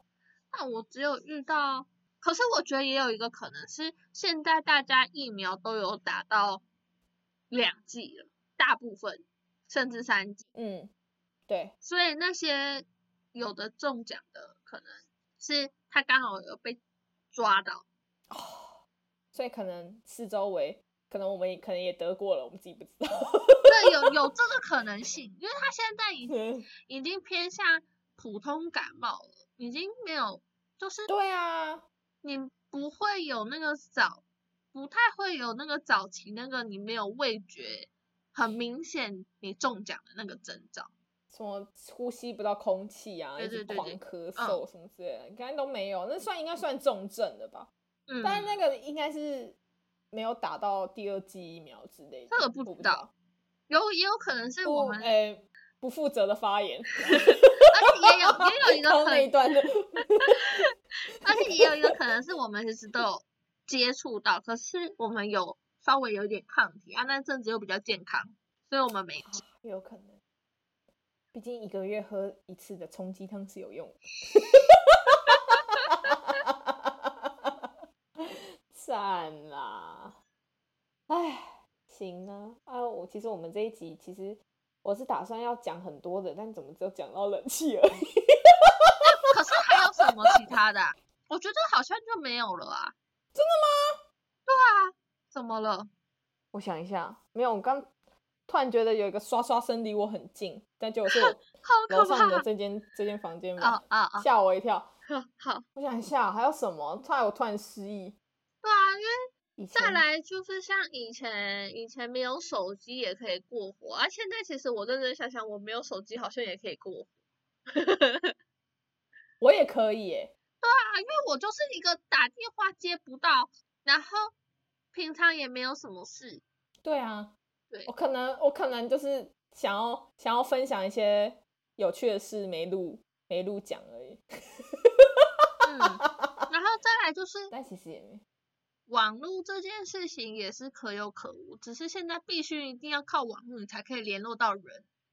S1: 那我只有遇到，可是我觉得也有一个可能是，现在大家疫苗都有打到两剂了，大部分甚至三剂，
S2: 嗯，对，
S1: 所以那些有的中奖的可能是他刚好有被抓到，
S2: 所以可能四周围，可能我们也可能也得过了，我们自己不知道。
S1: 对，有有这个可能性，因为他现在已
S2: 嗯
S1: 已经偏向普通感冒了，已经没有就是
S2: 对啊，
S1: 你不会有那个早，不太会有那个早期那个你没有味觉很明显你中奖的那个征兆。
S2: 什么呼吸不到空气啊，
S1: 对
S2: 一
S1: 对
S2: 直
S1: 对
S2: 狂
S1: 对
S2: 咳
S1: 嗯
S2: 嗽什么之类的，应该都没有，那算应该算重症的吧？
S1: 嗯，
S2: 但是那个应该是没有打到第二剂疫苗之类的，
S1: 这个不
S2: 不
S1: 知道，有也有可能是我
S2: 不，
S1: 们，
S2: 哎、不负责的发言，
S1: 而且也有也有一个
S2: 刚刚那一
S1: 很，
S2: 段的，
S1: 而且也有一个可能是我们其实都有接触到，可是我们有稍微有一点抗体啊，那阵子又比较健康，所以我 们没事。
S2: 有可能，毕竟一个月喝一次的冲鸡汤是有用的。 赞啦！哎，行啊啊！我其实我们这一集其实我是打算要讲很多的，但怎么只有讲到冷气而已？
S1: 可是还有什么其他的啊、我觉得好像就没有了啊。真的吗？对啊，怎么了？
S2: 我想一下，没有，我刚突然觉得有一个刷刷声离我很近，但结果 是我
S1: 好
S2: 楼
S1: 可
S2: 上的
S1: 怕！
S2: 这间这间房间嘛
S1: 啊，啊啊！
S2: 吓我一跳。
S1: 呵好，
S2: 我想一下，还有什么？突然我突然失忆。
S1: 对啊，因为
S2: 以
S1: 再
S2: 前
S1: 来就是像以前，以前没有手机也可以过活，而、现在其实我认真想想，我没有手机好像也可以过活
S2: 我也可以耶，
S1: 啊，因为我就是一个打电话接不到，然后平常也没有什么事，
S2: 对啊，
S1: 对
S2: 我可能我可能就是想要想要分享一些有趣的事没录没录讲而已，
S1: 嗯，然后再来就是
S2: 但其实也没
S1: 网络这件事情也是可有可无，只是现在必须一定要靠网络你才可以联络到人。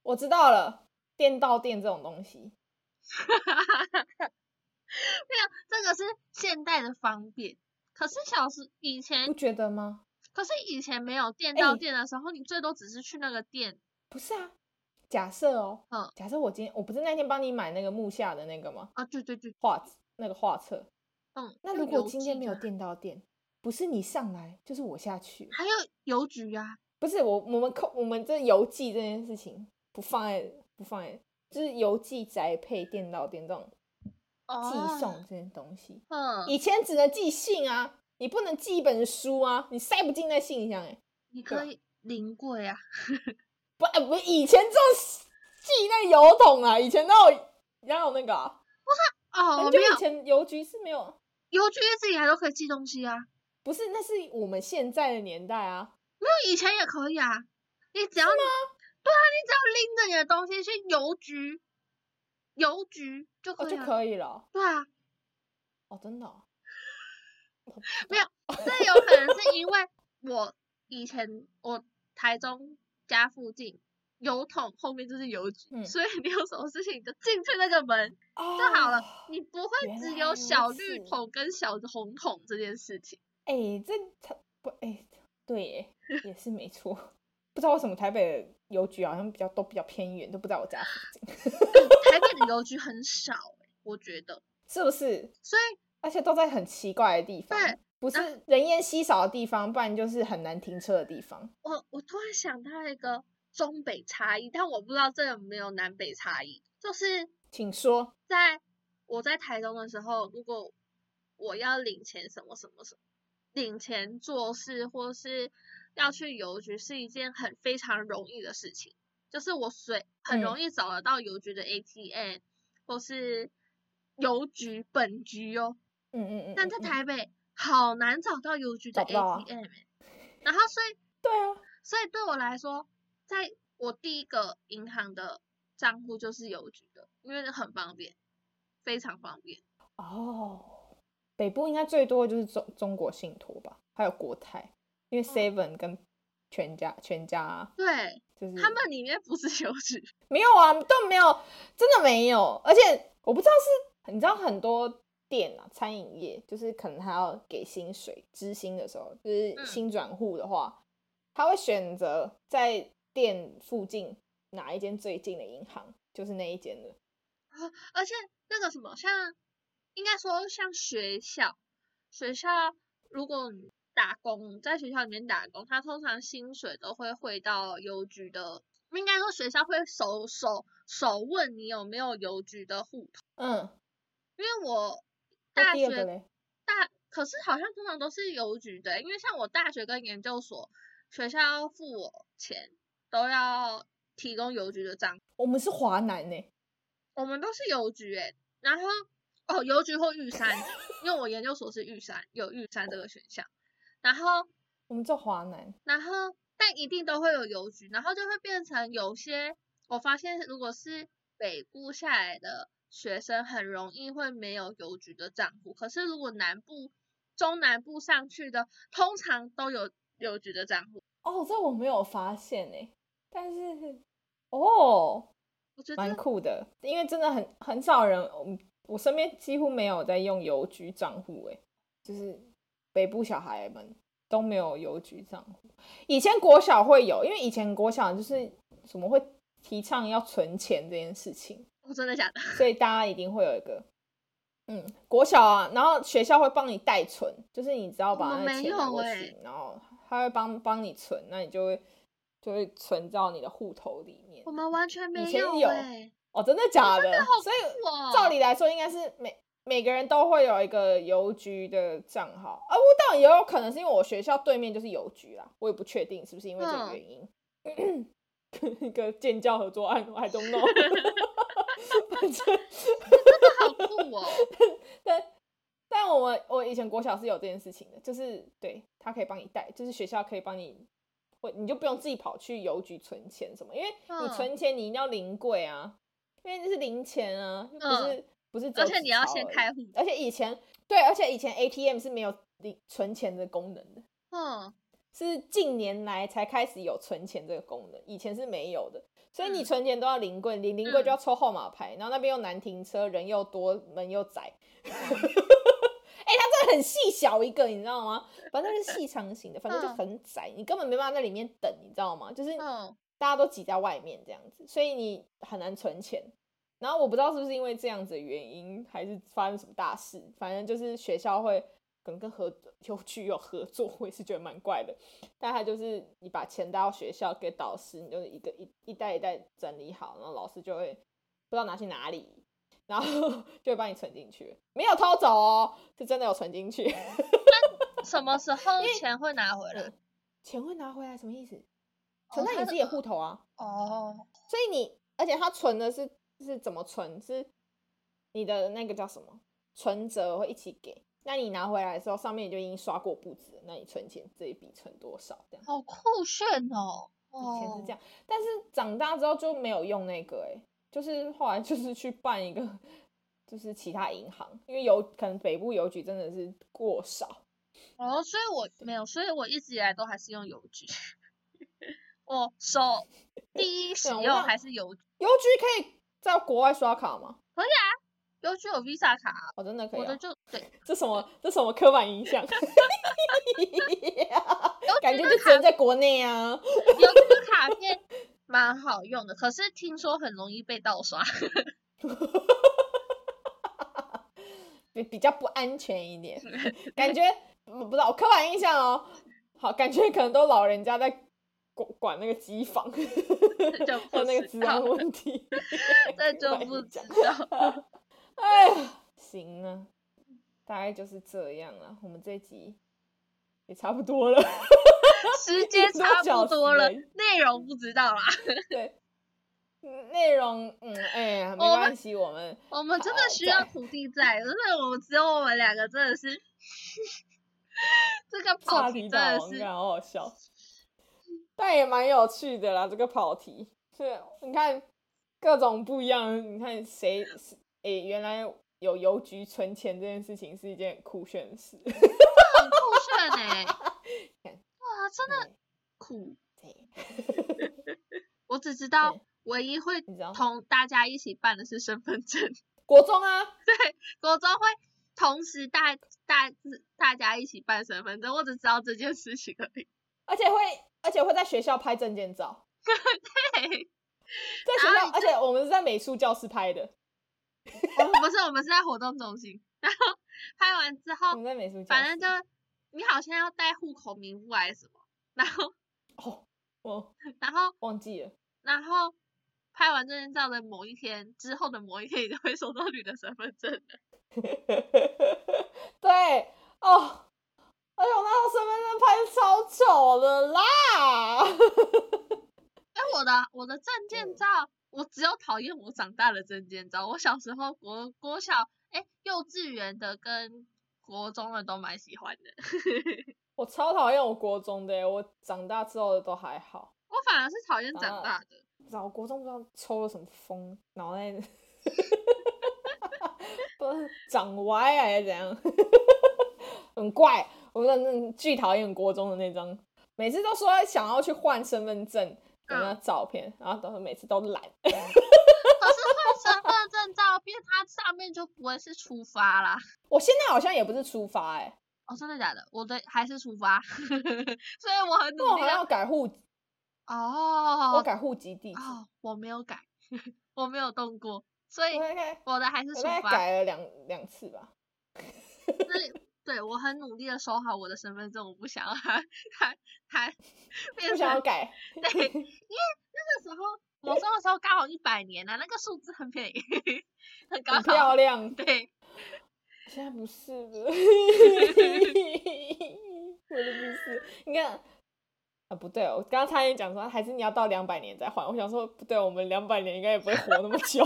S2: 我知道了，电到电这种东西，
S1: 没有，这个是现代的方便。可是小时以前
S2: 不，觉得吗？
S1: 可是以前没有电到
S2: 哎
S1: 店的时候，你最多只是去那个店，
S2: 不是啊，假设哦，
S1: 嗯，
S2: 假设我今天我不是那天帮你买那个木下的那个吗？
S1: 啊，对对对，
S2: 画那个画册，
S1: 嗯。
S2: 那
S1: 就
S2: 如果
S1: 邮
S2: 今天
S1: 寄
S2: 没有
S1: 的
S2: 电到电，不是你上来就是我下去，
S1: 还有邮局啊，
S2: 不是我，我们扣我们这邮寄这件事情不放在不放在，就是邮寄宅配电到电这种寄送
S1: 哦，
S2: 这件东西，
S1: 嗯，
S2: 以前只能寄信啊，你不能寄一本书啊，你塞不进那信箱哎、
S1: 你
S2: 对
S1: 可
S2: 吧
S1: 以临柜啊，
S2: 不呃不，以前就是寄那邮筒啊，以前哪有哪有那个、啊，
S1: 哦，
S2: 很
S1: 我
S2: 久
S1: 没
S2: 以
S1: 有，前
S2: 前邮局是没有，
S1: 邮局一直以来都可以寄东西啊，
S2: 不是那是我们现在的年代啊，
S1: 没有以前也可以啊，你只要对啊，你只要拎着你的东西去邮局，邮局就
S2: 哦
S1: 可以
S2: 就
S1: 啊，
S2: 可以了
S1: 对啊，
S2: 哦，真的哦、
S1: 这有可能是因为我以前我台中家附近邮筒后面就是邮局，
S2: 嗯
S1: 所以你有什么事情你就进去那个门，
S2: 哦，
S1: 就好了你不会
S2: 原
S1: 只
S2: 来
S1: 有
S2: 如
S1: 小绿
S2: 此
S1: 桶跟小红桶这件事情。
S2: 哎、这台不哎、对耶，也是没错。不知道为什么台北的邮局好像比较都比较偏远，都不在我家附近，
S1: 台北的邮局很少、欸，我觉得，
S2: 是不是？
S1: 所以
S2: 而且都在很奇怪的地方
S1: 对，
S2: 不是人烟稀少的地方，不然就是很难停车的地方。
S1: 我我突然想到一个中北差异，但我不知道这有没有南北差异，就是
S2: 请说，
S1: 在我在台中的时候，如果我要领钱什么什么什么，领钱做事或是要去邮局是一件很非常容易的事情，就是我随很
S2: 嗯
S1: 容易找得到邮局的 ATM、或是邮局本局哦，
S2: 嗯嗯嗯。
S1: 但在
S2: 嗯嗯
S1: 台北好难找到邮局的
S2: 找不到啊
S1: ATM，、欸然后所以
S2: 对啊，
S1: 所以对我来说，在我第一个银行的账户就是邮局的，因为很方便，非常方便。
S2: 哦，北部应该最多的就是中中国信托吧，还有国泰，因
S1: 嗯
S2: 为 Seven 跟全家全家
S1: 对，
S2: 就是
S1: 他们里面不是 邮局，
S2: 没有啊，都没有，真的没有。而且我不知道是，你知道很多店啊，餐饮业就是可能他要给薪水支薪的时候，就是
S1: 嗯
S2: 新转户的话，他会选择在店附近哪一间最近的银行，就是那一间的。
S1: 而且那个什么，像应该说像学校，学校如果你打工，在学校里面打工，他通常薪水都会汇到邮局的，应该说学校会手手手问你有没有邮局的户头，
S2: 嗯，
S1: 因为我
S2: 那
S1: 大
S2: 第二个
S1: 学
S2: 嘞，
S1: 大，可是好像通常都是邮局的欸，因为像我大学跟研究所，学校要付我钱，都要提供邮局的账。
S2: 我们是华南欸呢、
S1: 我们都是邮局诶、然后哦，邮局或玉山，因为我研究所是玉山，有玉山这个选项。然后，
S2: 我们叫华南。
S1: 然后，但一定都会有邮局，然后就会变成有些我发现，如果是北部下来的学生，很容易会没有邮局的账户。可是如果南部、中南部上去的，通常都有邮局的账户。
S2: 哦，这我没有发现哎、但是哦，
S1: 我觉
S2: 蛮
S1: 得
S2: 酷的，因为真的很很少人，我我身边几乎没有在用邮局账户，哎，就是北部小孩们都没有邮局账户。以前国小会有，因为以前国小就是什么会提倡要存钱这件事情，
S1: 我真的假的，
S2: 所以大家一定会有一个。嗯，国小啊，然后学校会帮你代存，就是你只要把
S1: 我
S2: 那个
S1: 哦没
S2: 钱拿
S1: 有
S2: 过去，
S1: 欸
S2: 然后他会帮帮你存，那你就会就会存到你的户头里面
S1: 我。们完全没
S2: 前
S1: 有
S2: 有
S1: 诶、
S2: 哦，真的假的？
S1: 好
S2: 所以
S1: 哇，
S2: 照理来说，应该是每每个人都会有一个邮局的账号啊。我当然也有可能是因为我学校对面就是邮局啦，我也不确定是不是因为这个
S1: 嗯
S2: 原因。 一个建教合作案，I don't know。反正，
S1: 好酷 哦！
S2: 但但我们我以前国小是有这件事情的，就是对他可以帮你带，就是学校可以帮你，我你就不用自己跑去邮局存钱什么，因为你
S1: 嗯
S2: 存钱你一定要临柜啊，因为那是零钱啊，又不是、不是只
S1: 嗯
S2: 有
S1: 而且你
S2: 纸
S1: 要
S2: 钞
S1: 先
S2: 而已
S1: 开户，
S2: 而且以前对，而且以前 ATM 是没有零存钱的功能的，
S1: 嗯，
S2: 是近年来才开始有存钱这个功能，以前是没有的。所以你
S1: 嗯
S2: 存钱都要临柜，临临柜
S1: 嗯
S2: 就要抽号码牌，然后那边又难停车，人又多，门又窄。 哎、它真的很细小一个，你知道吗？反正就是细长型的，反正就
S1: 嗯
S2: 很窄，你根本没办法在里面等，你知道吗？就是
S1: 嗯
S2: 大家都挤在外面这样子，所以你很难存钱。然后我不知道是不是因为这样子的原因，还是发生什么大事，反正就是学校会可能跟合有去有合作，我也是觉得蛮怪的。但他就是你把钱带到学校给导师，你就是一个一一袋一袋整理好，然后老师就会不知道拿去哪里，然后 就会帮你存进去，没有偷走哦，是真的有存进去。
S1: 什么时候钱会拿回来？
S2: 钱会拿回来什么意思？
S1: 哦
S2: 存在
S1: 他
S2: 你
S1: 的
S2: 自己的户头啊。
S1: 哦，
S2: 所以你，而且他存的是是怎么存？是你的那个叫什么存折会一起给。那你拿回来的时候，上面就已经刷过步子了，那你存钱这一笔存多少？这样
S1: 好酷炫哦！
S2: 以前
S1: 哦，
S2: 是这样，但是长大之后就没有用那个、欸，就是后来就是去办一个，就是其他银行，因为邮可能北部邮局真的是过少，
S1: 哦，所以我没有，所以我一直以来都还是用邮局。 我首第一使
S2: 啊我
S1: 用
S2: 忘
S1: 还是邮局，
S2: 邮局可以在国外刷卡吗？
S1: 邮局有 Visa 卡啊，
S2: 哦，真的可以、
S1: 我
S2: 啊
S1: 的，就 对，
S2: 这什么这什么刻板印象？ 感觉
S1: 觉
S2: 就只能在国内啊。
S1: 邮 局卡片蛮好用的，可是听说很容易被盗刷。
S2: 比比较不安全 一点，感觉嗯不不知道刻板印象哦。好，感觉可能都老人家在管管那个机房，
S1: 就
S2: 还有那个
S1: 不知
S2: 治安
S1: 道。
S2: 问题
S1: 这就
S2: 刻板
S1: 不
S2: 印
S1: 知
S2: 象
S1: 道。
S2: 哎呀，行啊，大概就是这样了。我们这一集也差不多了。
S1: 时间
S2: 多
S1: 差
S2: 小
S1: 不多
S2: 时欸
S1: 了，
S2: 而已
S1: 内容不知道啦。
S2: 对，嗯内容嗯，哎呀，没
S1: 我们
S2: 关系，我们
S1: 我们真的
S2: 好
S1: 需
S2: 再
S1: 要土地债，真的，我们只有我们两个真的是， 这个跑
S2: 话
S1: 题
S2: 题
S1: 哦真
S2: 大
S1: 的
S2: 王啊
S1: 是
S2: 干好好笑，但也蛮有趣的啦。这个跑题是，你看各种不一样，你看谁是诶、原来有邮局存钱这件事情是一件很酷炫的事。
S1: 很酷炫哎、哇，真的酷！
S2: 对，
S1: 我只知道
S2: 对嗯
S1: 唯一会
S2: 你知道
S1: 同大家一起办的是身份证，
S2: 国中啊，
S1: 国中会同时大大大家一起办身份证，我只知道这件事情而已。
S2: 而且会而且会在学校拍证件照，
S1: 嘿
S2: 在
S1: 啊
S2: 学校，而且我们是在美术教室拍的，
S1: 我们不是，我们是在活动中心，然后拍完之
S2: 我
S1: 后
S2: 们，在美术教室，
S1: 哦反正就你好像要带户口名簿还是什么，然后
S2: 哦，我
S1: 然后
S2: 忘记了。
S1: 然后拍完证件照的某一天之后的某一天，你就会收到你的身份证了。
S2: 对哦，而且我那时候身份证拍得超丑的啦，
S1: 哎，我的我的证
S2: 嗯
S1: 件照，我只有讨厌我长大的证件照。我小时候国国小，哎，幼稚园的跟国中的都蛮喜欢的。
S2: 我超讨厌我国中的耶，我长大之后的都还好。
S1: 我反而是讨厌长
S2: 啊
S1: 大的，
S2: 不知道我国中不知道抽了什么风，脑袋 不是长歪啊还是怎样， 很怪。我真的巨讨厌国中的那张，每次都说想要去换身份证的那照片，然后都是每次都懒。
S1: 可是换身份证照片，它上面就不会是出发啦。
S2: 我现在好像也不是出发哎、
S1: 哦，真的假的？我的还是出发， 所以我很努
S2: 因为我
S1: 力地。
S2: 好像要改户，我
S1: 哦
S2: 改户籍地址，
S1: 哦，我没有改， 我没有动过，所以
S2: 我大概
S1: 我的还是
S2: 我
S1: 出
S2: 大概
S1: 发。
S2: 改了两两次吧。
S1: 所以对我很努力的收好我的身份证，我不想要它它 它变
S2: 不想要
S1: 成
S2: 改，
S1: 对，因为那个时候国中的时候刚好一百年啊了、那个数字很便宜， 很高
S2: 很
S1: 考。
S2: 漂亮。
S1: 对，
S2: 现在不是了，我都 不是。你看，啊，不对，我刚刚差点讲说，还是你要到两百年再换。我想说，不对，我们两百年应该也不会活那么久。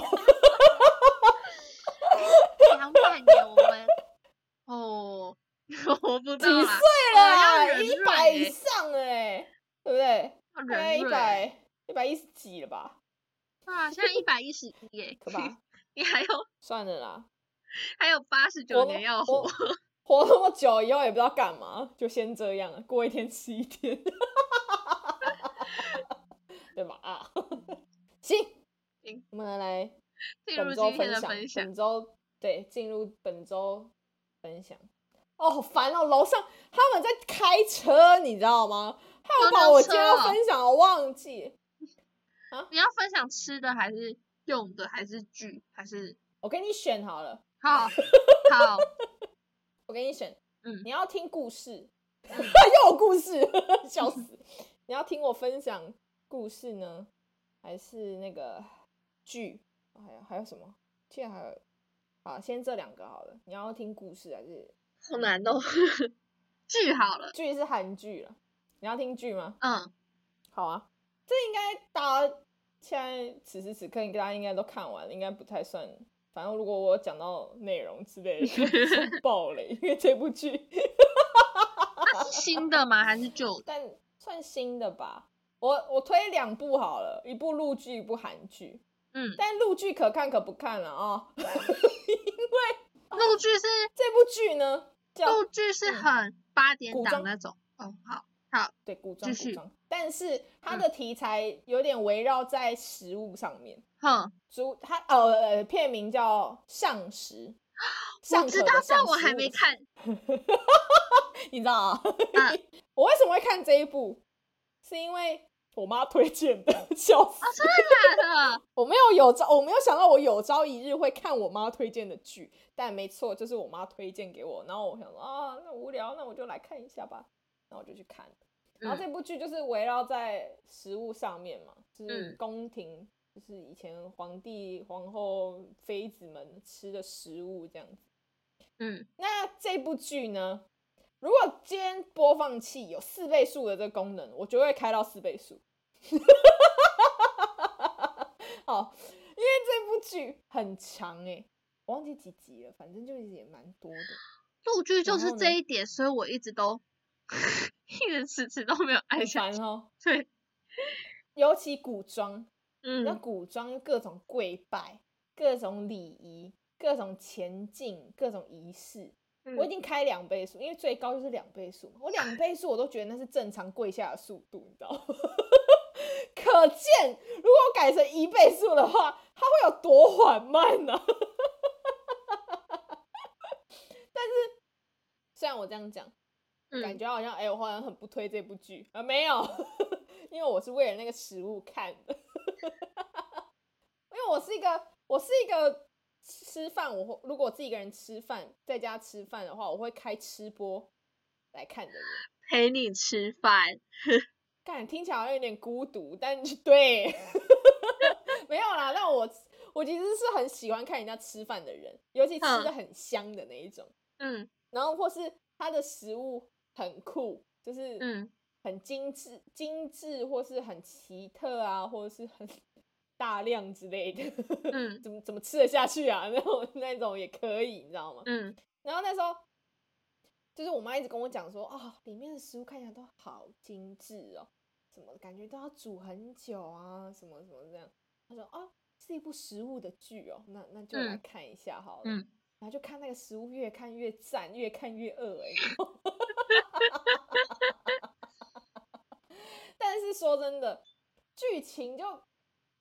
S1: 两百年我们哦， 我不知道
S2: 几
S1: 啦，
S2: 对啦，
S1: 啊要忍
S2: 一
S1: 耐
S2: 百以
S1: 欸
S2: 上哎、对不对？
S1: 要
S2: 大概
S1: 忍
S2: 一
S1: 瑞
S2: 百一百一十几了吧？
S1: 啊，现在一百一十一耶，
S2: 可怕，
S1: 你还有
S2: 算了啦，
S1: 还有八十
S2: 活
S1: 九年要
S2: 活
S1: 活，
S2: 活那么久以后也不知道干嘛，就先这样了，过一天吃一天， 对吧？啊，行
S1: 嗯行，
S2: 我们来
S1: 进入
S2: 本周
S1: 今
S2: 分
S1: 天的
S2: 享，嗯
S1: 分享。
S2: 本周对进入本周分享。哦，好烦哦！楼上他们在开车，你知道吗？他们
S1: 公
S2: 把
S1: 交
S2: 我今天要
S1: 车哦
S2: 分享，我忘记。
S1: 你要分享吃的还是用的还是剧还是
S2: 我给你选好了，
S1: 好好
S2: 我给你选，
S1: 嗯
S2: 你要听故事， 又有故事，笑死！你要听我分享故事呢，还是那个剧？还有还有什么？现在还有，好，先这两个好了。你要听故事还是
S1: 好难哦， 剧好了，
S2: 剧？是韩剧了，你要听剧吗？
S1: 嗯，
S2: 好啊，这应该大家现在此时此刻，大家应该都看完了，应该不太算。反正如果我有讲到内容之类的，算爆雷，因为这部剧。
S1: 它是新的吗？还是 旧的？
S2: 但算新的吧。我我推两部好了，一部陆剧，一部韩剧。
S1: 嗯
S2: 但陆剧可看可不看了啊、
S1: 陆剧是
S2: 这部剧呢叫
S1: 陆剧是很八点
S2: 嗯古
S1: 档
S2: 装
S1: 那种。哦，好，
S2: 对古装
S1: 继续嗯
S2: 古装，但是它的题材有点围绕在食物上面。
S1: 哼，
S2: 主它呃呃片名叫《上食》，
S1: 我
S2: 上
S1: 知
S2: 课
S1: 道
S2: 的，
S1: 但
S2: 上
S1: 我还
S2: 食物
S1: 没
S2: 的
S1: 看。
S2: 上，你知道啊？
S1: 啊
S2: 我为什么会看这一部？是因为我妈推荐的， 笑死！
S1: 真的，
S2: 我没有有朝，我没有想到我有朝一日会看我妈推荐的剧，但没错，就是我妈推荐给我，然后我想说啊，那无聊，那我就来看一下吧，然后我就去看了。然后
S1: 嗯
S2: 这部剧就是围绕在食物上面嘛，就是
S1: 嗯
S2: 宫廷，就是以前皇帝、皇后、妃子们吃的食物这样子。
S1: 嗯，
S2: 那这部剧呢，如果今天播放器有四倍速的这个功能，我就会开到四倍速。 好，因为这部剧很长哎、我忘记几集了，反正就是也蛮多的。
S1: 陆剧就
S2: 然
S1: 是
S2: 后
S1: 这
S2: 呢
S1: 一点，所以我一直都 一直迟迟都没有爱
S2: 很
S1: 上。
S2: 烦哦，
S1: 对，
S2: 尤其古装，那
S1: 嗯，
S2: 古装有各种跪拜、各种礼仪、各种前进、各种仪式。我已
S1: 嗯
S2: 经开两倍速，因为最高就是两倍速嘛。我两倍速我都觉得那是正常跪下的速度，你知道吗？ 可见，如果我改成一倍速的话，它会有多缓慢呢、 但是，虽然我这样讲，感
S1: 嗯，
S2: 觉好像哎、我好像很不推这部剧啊、呃没有， 因为我是为了那个食物看的， 因为我是一个我是一个吃饭，我会如果我自己一个人吃饭，在家吃饭的话，我会开吃播来看的人。
S1: 陪你吃饭，
S2: 感听起来好像有点孤独，但是对， 没有啦。但我我其实是很喜欢看人家吃饭的人，尤其吃
S1: 嗯
S2: 的很香的那一种，
S1: 嗯
S2: 然后或是他的食物很酷，就是
S1: 嗯
S2: 很精致、精致或是很奇特啊，或者是很 大量之类的，
S1: 嗯
S2: 怎么怎么吃得下去啊？那 种那种也可以，你知道吗？
S1: 嗯
S2: 然后那时候就是我妈一直跟我讲说，啊、里面的食物看起来都好精致哦，什么感觉都要煮很久啊，什么什么这样。她说，哦，是一部食物的剧哦，那那就来
S1: 嗯
S2: 看一下好了。
S1: 嗯，
S2: 然后就看那个食物，越看越赞，越看越饿哎、 但是说真的，剧情就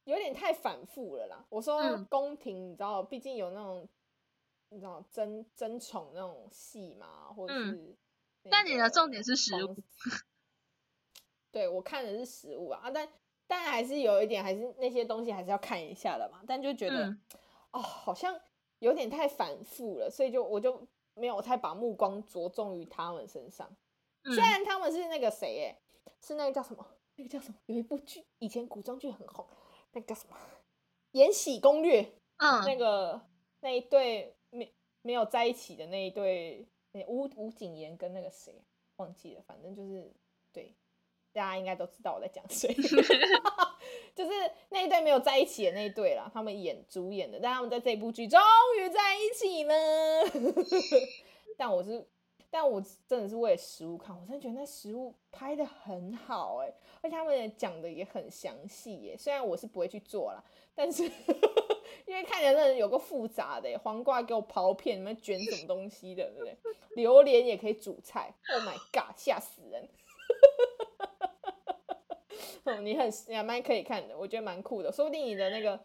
S2: 有点太反复了啦。我说
S1: 嗯
S2: 宫廷，你知道，毕竟有那种你知道争争宠那种戏嘛，或者是、
S1: 嗯
S2: 那
S1: 但你的
S2: 个
S1: 重点是食
S2: 皇
S1: 物
S2: 子。 对，我看的是食物啊，啊但但还是有一点，还是那些东西还是要看一下的嘛。但就觉得、
S1: 嗯
S2: 哦，好像有点太反复了，所以就我就没有太把目光着重于他们身上。虽
S1: 嗯
S2: 然他们是那个谁，哎，是那个叫什么？那个叫什么？有一部剧，以前古装剧很红，那个叫什么？《延禧攻略》
S1: 嗯
S2: 那个那一对没没有在一起的那一对，那吴吴谨言跟那个谁忘记了，反正就是对，大家应该都知道我在讲谁， 就是那一对没有在一起的那一对啦，他们演主演的，但他们在这一部剧终于在一起了。 但我是，但我真的是为了食物看，我真的觉得那食物拍的很好哎、而且他们讲的也很详细耶。虽然我是不会去做啦，但是因为看起来真的有个复杂的耶，黄瓜给我刨片，你们卷什么东西的，对不对？榴莲也可以煮菜，Oh my god，吓死人！ 哦，你很你还蛮可以看的，我觉得蛮酷的，说不定你的那个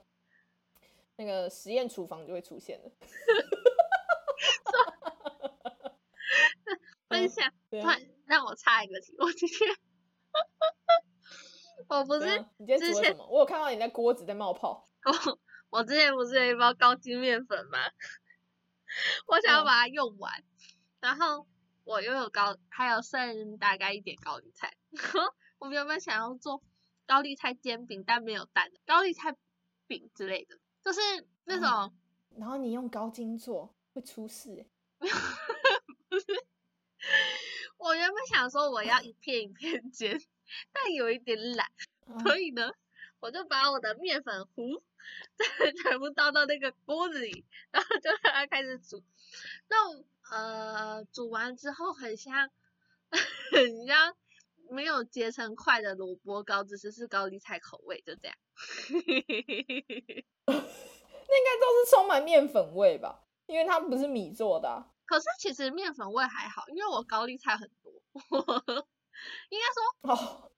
S2: 那个实验厨房就会出现了。
S1: 分享，
S2: 对
S1: 突
S2: 啊
S1: 然让我插一个题，我今天 我不
S2: 怎
S1: 是
S2: 样啊你今
S1: 之
S2: 天煮了什
S1: 前
S2: 么？我有看到你的锅子在冒泡。
S1: 我我之前不是有一包高筋面粉吗？ 我想要
S2: 嗯
S1: 把它用完，然后我又有高，还有剩大概一点高丽菜。 我原本想要做高丽菜煎饼，但没有蛋，高丽菜饼之类的，就是那种、
S2: 啊然后你用高筋做会出事欸、
S1: 我原本想说我要一片一片 煎，但有一点懒，
S2: 啊
S1: 所以呢，我就把我的面粉糊全部倒到那个锅子里，然后就让它开始煮。那我呃，煮完之后很像 很像没有结成块的萝卜糕，只是是高丽菜口味，就这样。
S2: 那应该都是充满面粉味吧？因为它不是米做的啊、
S1: 可是其实面粉味还好，因为我高丽菜很多。 应该说
S2: 哦，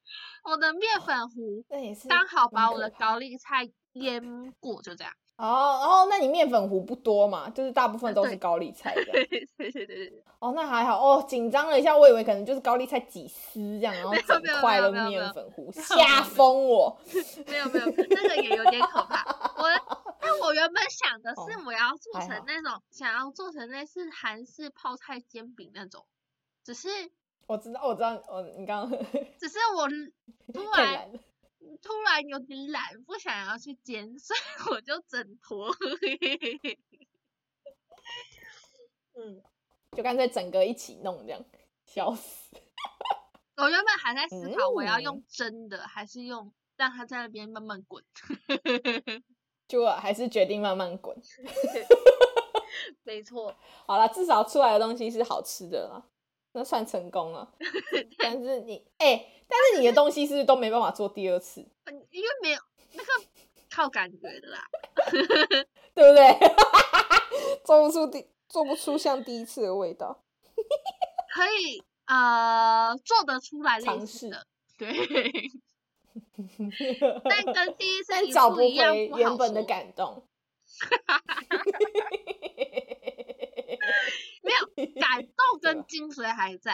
S1: 我的面粉糊
S2: 那也是
S1: 刚好把
S2: 蛮
S1: 我
S2: 可
S1: 的高丽菜淹过，就 这样。
S2: 哦，然后那你面粉糊不多嘛，就是大部分都是
S1: 啊对
S2: 高丽菜的。
S1: 对对对对对。
S2: 哦，那还好哦，紧张了一下，我以为可能就是高丽菜几丝这样，然后
S1: 没有没有
S2: 整块
S1: 没
S2: 都
S1: 有没
S2: 是
S1: 有
S2: 面
S1: 没
S2: 粉糊，
S1: 有没有
S2: 吓疯我。
S1: 没有没有，那个也有点可怕。我的，但我原本想的是
S2: 哦
S1: 我要做
S2: 还
S1: 成
S2: 好
S1: 那种，想要做成类似韩式泡菜煎饼那种，只是
S2: 我知道，我知道，我你刚刚
S1: 只是我突
S2: 太
S1: 然
S2: 懒了。
S1: 突然有点懒，不想要去煎， 所以我就整坨。嗯，
S2: 就干脆整个一起弄这样，笑死。
S1: 我原本还在思考我要
S2: 嗯
S1: 用蒸的还是用让它在那边慢慢 滚。
S2: 结果还是决定慢慢滚。
S1: 没错，
S2: 好了，至少出来的东西是好吃的啦，那算成 功了。但是你，哎、但是你的东西是不是都没办法做第二次，
S1: 嗯因为没有那个靠感觉的啦。
S2: 对不对？ 做不出第，做不出像第一次的味道。
S1: 可以呃做得出来
S2: 尝
S1: 类
S2: 试
S1: 似的，对， 但跟第一次
S2: 但
S1: 一
S2: 找
S1: 不
S2: 回
S1: 一样不
S2: 原
S1: 好
S2: 本的
S1: 说
S2: 感动。
S1: 感动
S2: 对吧
S1: 跟精髓还在，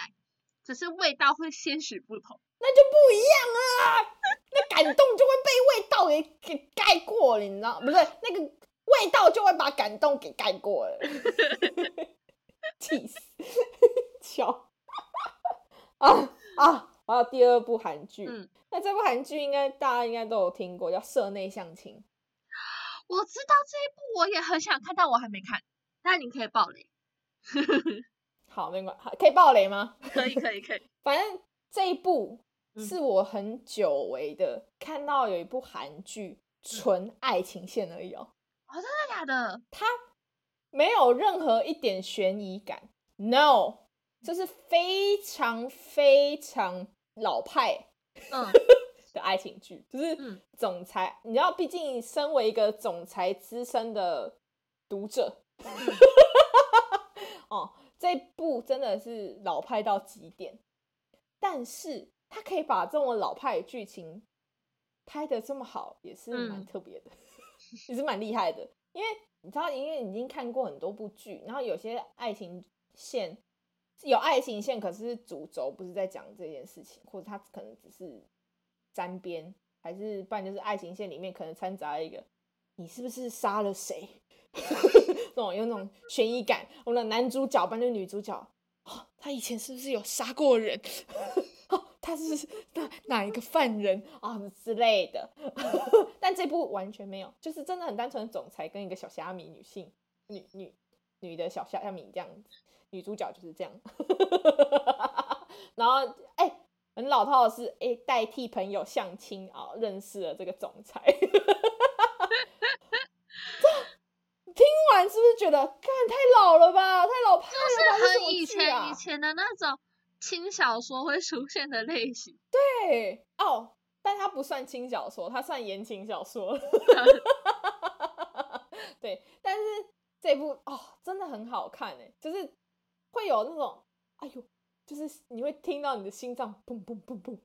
S1: 只是味道会些许不同。
S2: 那就不一样啊！那感动就会被味道给给盖过了，你知道？不是那个味道就会把感动给盖过了， 气死！笑啊啊！我要第二部韩剧，
S1: 嗯
S2: 那这部韩剧应该大家应该都有听过，叫《社内相亲》。
S1: 我知道这一部我也很想看，但我还没看。但你可以爆雷，
S2: 好，没关好，可以爆雷吗？
S1: 可以可以可以。
S2: 反正这一部
S1: 嗯
S2: 是我很久违的看到有一部韩
S1: 嗯
S2: 剧，纯爱情线而已哦，
S1: 哦，真的假的？
S2: 没有任何一点悬疑感，no，就是
S1: 嗯
S2: 非常非常老派
S1: 嗯
S2: 的爱情剧，就是
S1: 嗯
S2: 总裁，你知道，毕竟身为一个总裁资深的读者，
S1: 嗯
S2: 哦，这部真的是老派到极点，但是他可以把这种老派的剧情拍的这么好，也是蛮
S1: 嗯
S2: 特别的， 也是蛮厉害的。因为你知道，因为你已经看过很多部剧，然后有些爱情线有爱情线，可是主轴不是在讲这件事情，或者他可能只是沾边，还是不然就是爱情线里面可能掺杂了一个你是不是杀了谁？ 那种有那种悬疑感。我们的男主角，不然就是女主角，哦，他以前是不是有杀过人？哦，他是不是哪哪一个犯人啊、之类的？ 但这部完全没有，就是真的很单纯的总裁跟一个小虾米女性女女女的小虾米这样子，女主角就是这样。 然后哎。很老套的是，哎、代替朋友相亲啊、认识了这个总裁， 听完是不是觉得，看太老了吧，太老派了吧？这什
S1: 很
S2: 么
S1: 以
S2: 剧
S1: 前、
S2: 啊
S1: 以前的那种轻小说会出现的类型。
S2: 对哦，但它不算轻小说，它算言情小说。 对，但是这部哦真的很好看哎，就是会有那种哎呦，就是你会听到你的心脏砰砰砰砰，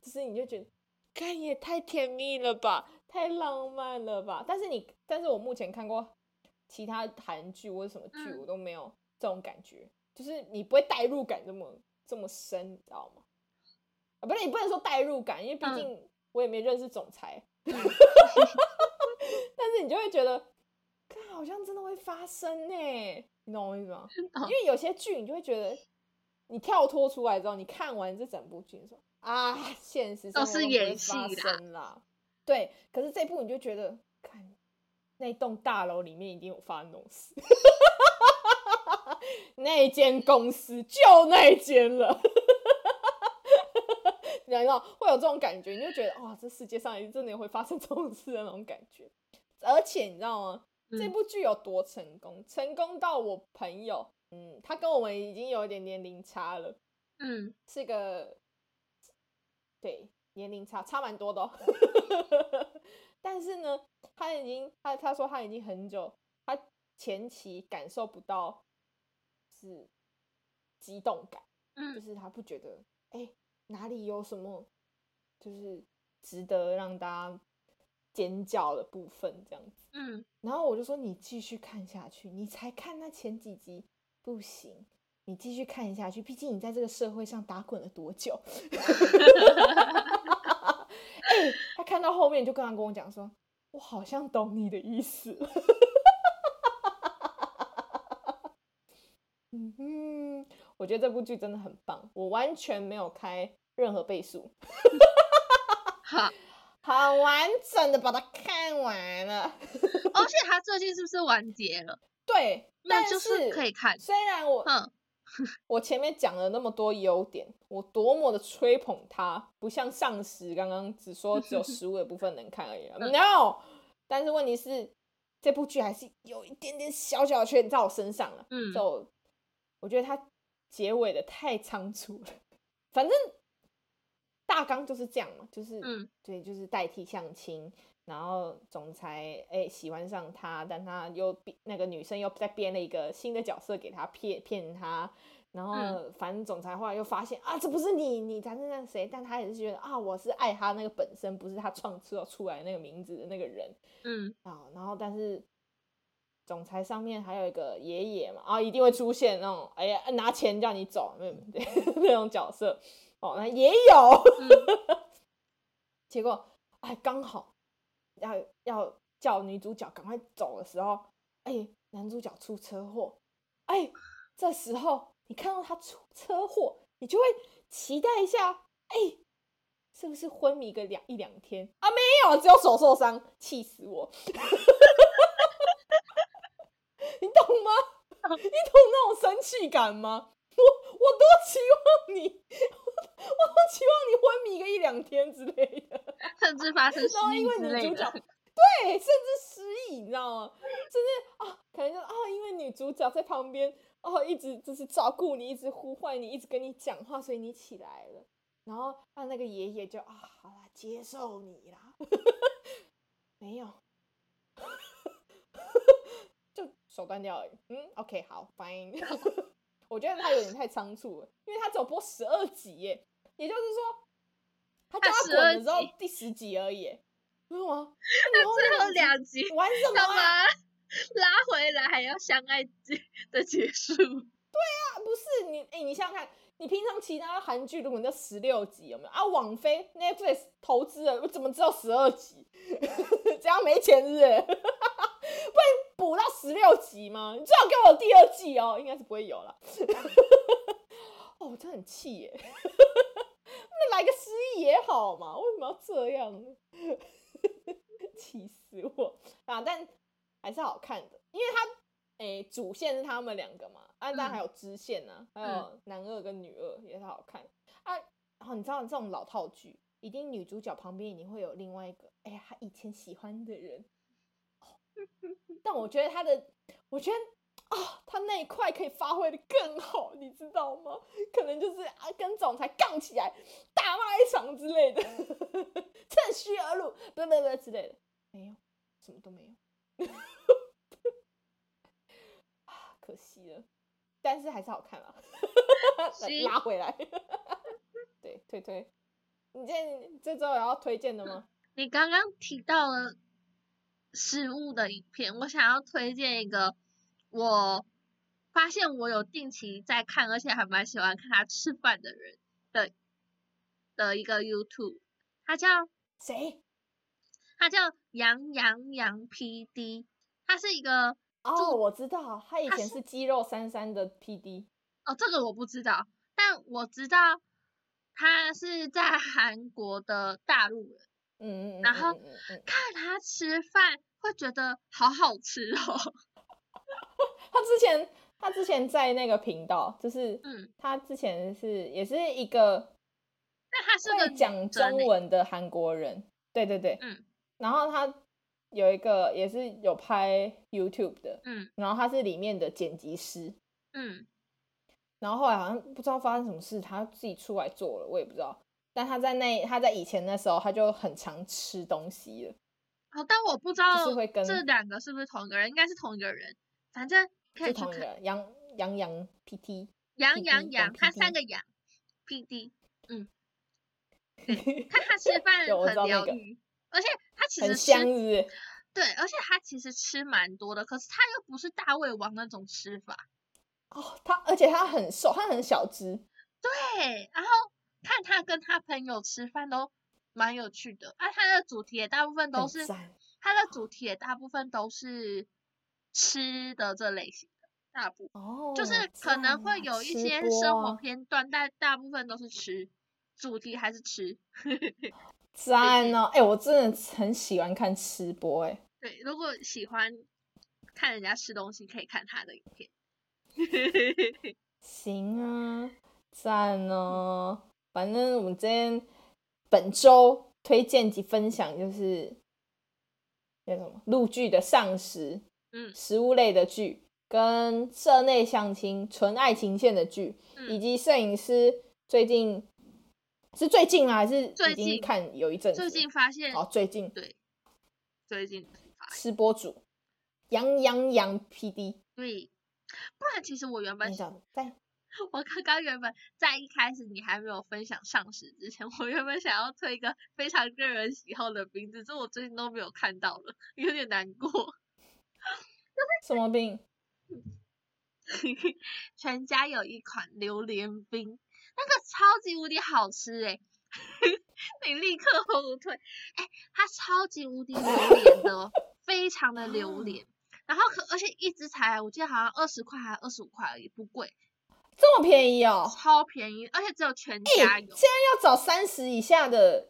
S2: 就是你就觉得，看也太甜蜜了吧，太浪漫了吧。但是你，但是我目前看过其他韩剧或者什么剧，
S1: 嗯
S2: 我都没有这种感觉，就是你不会代入感这么这么深，你知道吗？啊，不是，你不能说代入感，因为毕
S1: 嗯
S2: 竟我也没认识总裁， 但是你就会觉得，看好像真的会发生呢、你懂我意思吗？因
S1: 懂
S2: 为有些剧你就会觉得，你跳脱出来之后，你看完这整部剧，你说啊，现实生
S1: 都
S2: 活
S1: 是
S2: 中不
S1: 演
S2: 会发
S1: 戏啦
S2: 生啦。对，可是这部你就觉得，看那栋大楼里面一定有发生东西， 那间公司就那间了。 你知道会有这种感觉，你就觉得哇，这世界上真的会发生这种事的那种感觉。而且你知道吗？这
S1: 嗯
S2: 部剧有多成功？成功到我朋友，嗯，他跟我们已经有一点年龄差了，
S1: 嗯，
S2: 是个对年龄差差蛮多的、哦。 但是呢，他已经他他说他已经很久，他前期感受不到是激动感。就
S1: 嗯
S2: 是他不觉得，哎、哪里有什么就是值得让大家尖叫的部分这样子。
S1: 嗯
S2: 然后我就说，你继续看下去，你才看那前几集不行，你继续看下去，毕竟你在这个社会上打滚了多久。 哎、他看到后面就跟他跟我讲说，我好像懂你的意思 了。嗯哼，我觉得这部剧真的很棒，我完全没有开任何倍数，
S1: 好。
S2: 很完整的把它看完了。
S1: 而且他最近是不是完结了？
S2: 对，但
S1: 那就是可以看。
S2: 虽然我
S1: 嗯，
S2: 我前面讲了那么多优点，我多么的吹捧它，不像上时刚刚只说只有食物的部分能看而已啊。
S1: 嗯
S2: No，但是问题是这部剧还是有一点点小小的缺点在我身上了。
S1: 嗯
S2: 就我觉得它结尾的太仓促了，反正大纲就是这样嘛，就是
S1: 嗯
S2: 对，就是代替相亲，然后总裁哎、喜欢上他，但他又编那个女生又再编了一个新的角色给他骗骗他，然后、
S1: 嗯
S2: 反正总裁后来又发现啊这不是你，你才是那谁，但他也是觉得啊我是爱他那个本身，不是他创造出来那个名字的那个人
S1: 嗯
S2: 啊，然后但是。总裁上面还有一个爷爷嘛，啊，一定会出现那种，哎呀，拿钱叫你走，那对 那种角色，哦，那也有，
S1: 嗯
S2: 结果哎，刚好要要叫女主角赶快走的时候，哎，男主角出车祸，哎，这时候你看到他出车祸，你就会期待一下，哎，是不是昏迷个两一两天啊？没有，只有手受伤，气死我！你懂 吗？你懂那种生气感吗？我我多期望你，我我期望你昏迷个一两天之类的，
S1: 甚至发生
S2: 然后
S1: 失
S2: 因
S1: 忆
S2: 为
S1: 之
S2: 女
S1: 类
S2: 主角
S1: 的。
S2: 对，甚至失忆，你知道吗？甚至啊，可能就是啊，因为女主角在旁边哦，一直就是照顾你，一直呼唤你，一直跟你讲话，所以你起来了。然后啊，那个爷爷就啊，好啦，接受你啦，没有， 就手断掉而已。嗯，OK，好，fine。我觉得他有点太仓促了，因为他只有播十二集耶，也就是说，他叫
S1: 他
S2: 他滚
S1: 12
S2: 的时候
S1: 集
S2: 第十集而已耶，为 什么？然后
S1: 最
S2: 那
S1: 后两集
S2: 集玩什么
S1: 干
S2: 啊？
S1: 嘛拉回来还要相爱的结束？
S2: 啊不是你，哎、你想想看，你平常其他韩剧如果你到十六集有没有啊？网飞 Netflix 投资了，我怎么知道十二集？ 这样没钱是 不是？不然补到十六集吗？你最好给我有第二季哦，应该是不会有了。 哦，我真的很气耶！ 那来个失忆也好嘛，为什么要这样呢？ 气死我啊！但还是好看的，因为它诶、主线是他们两个嘛，啊，当然还有支线啊，还有男二跟女二也是好看啊。然后你知道这种老套剧，一定女主角旁边一定会有另外一个，哎、呀，她以前喜欢的人。哦但我觉得她的，我觉得啊、她那一块可以发挥的更好，你知道吗？可能就是啊，跟总裁杠起来，大骂一场之类的，趁虚而入，不不不之类的，没有，什么都没有， 啊，可惜了，但是还是好看啊，
S1: 是
S2: 拉回来， 对，推推，你这这周有要推荐的吗？
S1: 你刚刚提到了食物的影片，我想要推荐一个我发现我有定期在看，而且还蛮喜欢看他吃饭的人的的一个 YouTube，他叫
S2: 谁？
S1: 他叫杨洋洋 PD，他是一个
S2: 哦，我知道，他以
S1: 他
S2: 前
S1: 是
S2: 是肌肉三三的 PD，
S1: 哦，这个我不知道，但我知道他是在韩国的大陆人。
S2: 嗯嗯嗯，
S1: 然后
S2: 嗯嗯嗯嗯
S1: 看他吃饭会觉得好好吃哦。
S2: 他之前他之前在那个频道，就是
S1: 嗯，
S2: 他之前是也是一个
S1: 但他是个
S2: 会
S1: 女
S2: 讲
S1: 生
S2: 中
S1: 欸，
S2: 文的韩国人，对对对，
S1: 嗯，
S2: 然后他有一个也是有拍 YouTube 的，
S1: 嗯
S2: 然后他是里面的剪辑师，
S1: 嗯
S2: 然后后来好像不知道发生什么事，他自己出来做了，我也不知道。但他在那他在以前那时候，他就很常吃东西了，
S1: 哦，但我不知道
S2: 会跟
S1: 这两个是不是同一个人，应该是同一个人，反正可
S2: 是
S1: 以去
S2: 同一
S1: 看。
S2: 个哦杨杨洋 PT，
S1: 杨
S2: PD
S1: 杨
S2: 懂
S1: 杨，他三
S2: PD
S1: 个杨，PD，嗯， 看他吃饭
S2: 有我知
S1: 很
S2: 道那
S1: 疗
S2: 个
S1: 愈，而且他其
S2: 很
S1: 实
S2: 香
S1: 吃
S2: 是不是？
S1: 对，而且他其实吃蛮多的，可是他又不是大胃王那种吃法，
S2: 哦，他而且他很瘦，他很小只，
S1: 对，然后看他跟他朋友吃饭都蛮有趣的啊。他的主题也大部分都
S2: 很
S1: 是
S2: 赞
S1: 他的主题也大部分都是吃的这类型的，大部
S2: 哦，啊
S1: 就是可能会有一些生活片段，但大部分都是吃，主题还是吃。
S2: 赞哦！哎、我真的很喜欢看吃播、哎，
S1: 对，如果喜欢看人家吃东西，可以看他的影片。
S2: 行啊，赞哦！反正我们今天本周推荐及分享就是那什么陆剧的上食，
S1: 嗯
S2: 食物类的剧，跟社内相亲、纯爱情线的剧，以
S1: 嗯，
S2: 及摄影师最近是最近啊，还是已
S1: 最
S2: 经
S1: 近
S2: 看有一阵子了？
S1: 最近发现，
S2: 哦，最近
S1: 对，最近发现，
S2: 吃播主杨洋洋 PD，
S1: 对，不然其实我原本
S2: 你想在
S1: 我刚刚原本在一开始你还没有分享上市之前，我原本想要推一个非常个人喜好的名字，这我最近都没有看到了，有点难过。
S2: 什么病？
S1: 全家有一款榴莲冰，那个超级无敌好吃诶、 你立刻后退，哎、它超级无敌榴莲的哦，非常的榴莲。然后可而且一只才我记得好像二十块还二十五块而已，不贵，
S2: 这么便宜哦！
S1: 超便宜，而且只有全
S2: 现
S1: 家
S2: 在
S1: 有。
S2: 要找三十以下的，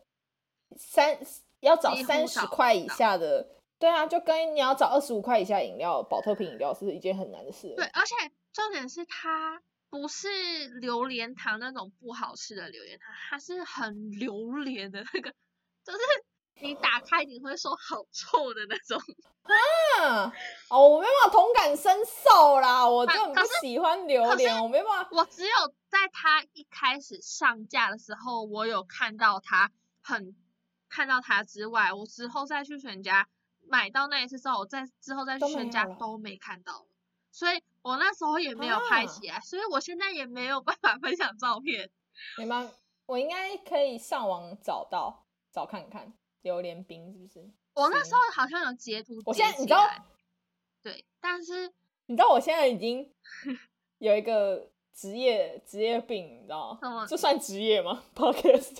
S2: 三要找
S1: 几乎
S2: 三十
S1: 找不
S2: 块以
S1: 到
S2: 下的，对啊，就跟你要找二十五块以下饮料，保特瓶饮料是一件很难的事。
S1: 对，，而且重点是它不是榴莲糖那种不好吃的榴莲糖，它是很榴莲的那个，就是你打开你会说好臭的那种。
S2: 嗯，哦，我没办法同感身受啦，我
S1: 可
S2: 真的不喜欢榴莲，我没办法。
S1: 我只有在它一开始上架的时候，我有看到它很看到它之外，我之后再去全家买到那一次之后，我再之后再去
S2: 都没
S1: 全家
S2: 有了
S1: 都没看到了，所以我那时候也没有拍
S2: 啊
S1: 起来，所以我现在也没有办法分享照片。
S2: 没办法，我应该可以上网找到，找看看榴莲冰是不是？
S1: 我那
S2: 行
S1: 时候好像有截图，
S2: 我现在你知道，
S1: 对，但 是
S2: 你知道我现在 已经有一个职业职业病，你知道
S1: 什么
S2: 吗？这算职业吗？Podcast，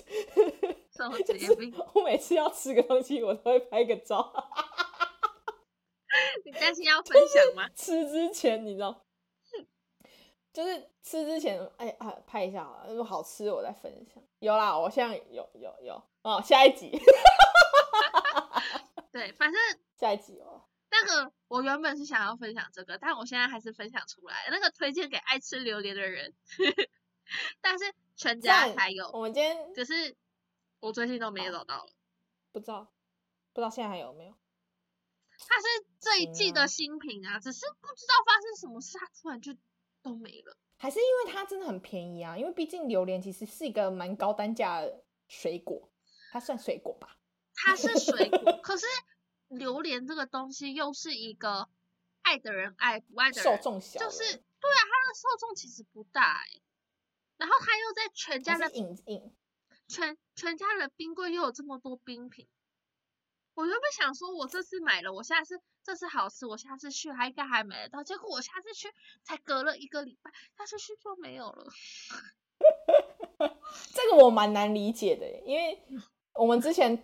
S1: 什么
S2: 就
S1: 职
S2: 是
S1: 业病？
S2: 我每次要吃个东西，我都会拍个照。
S1: 你担心要分享吗？
S2: 吃之前，你知道，
S1: 嗯
S2: 就是吃之前，哎啊，拍一下好了，如果好吃我再分享。有啦，我现在有有有哦，下一集，
S1: 对，反正
S2: 下一集哦。
S1: 那个我原本是想要分享这个，但我现在还是分享出来，那个推荐给爱吃榴莲的人， 但是全家
S2: 赞
S1: 才
S2: 我
S1: 有，
S2: 们今天
S1: 只是我最近都
S2: 哦
S1: 没有找到了。
S2: 不知道，不知道现在还有没有？
S1: 它是这一季
S2: 行
S1: 的
S2: 啊
S1: 新品啊，只是不知道发生什么事，它突然就都没了。
S2: 还是因为它真的很便宜啊？因为毕竟榴莲其实是一个蛮高单价的水果，它算水果吧？
S1: 它是水果，可是榴莲这个东西又是一个爱的人爱，不爱的
S2: 受
S1: 人
S2: 众小
S1: 就
S2: 了
S1: 是对啊，它的受众其实不大欸然后它又在全家
S2: 还
S1: 的
S2: 是引引
S1: 全全家的冰柜又有这么多冰品，我原本想说，我这次买了，我下次这次好吃，我下次去还应该还买得到。结果我下次去才隔了一个礼拜，下次去就没有了。
S2: 这个我蛮难理解的耶，因为我们之 前，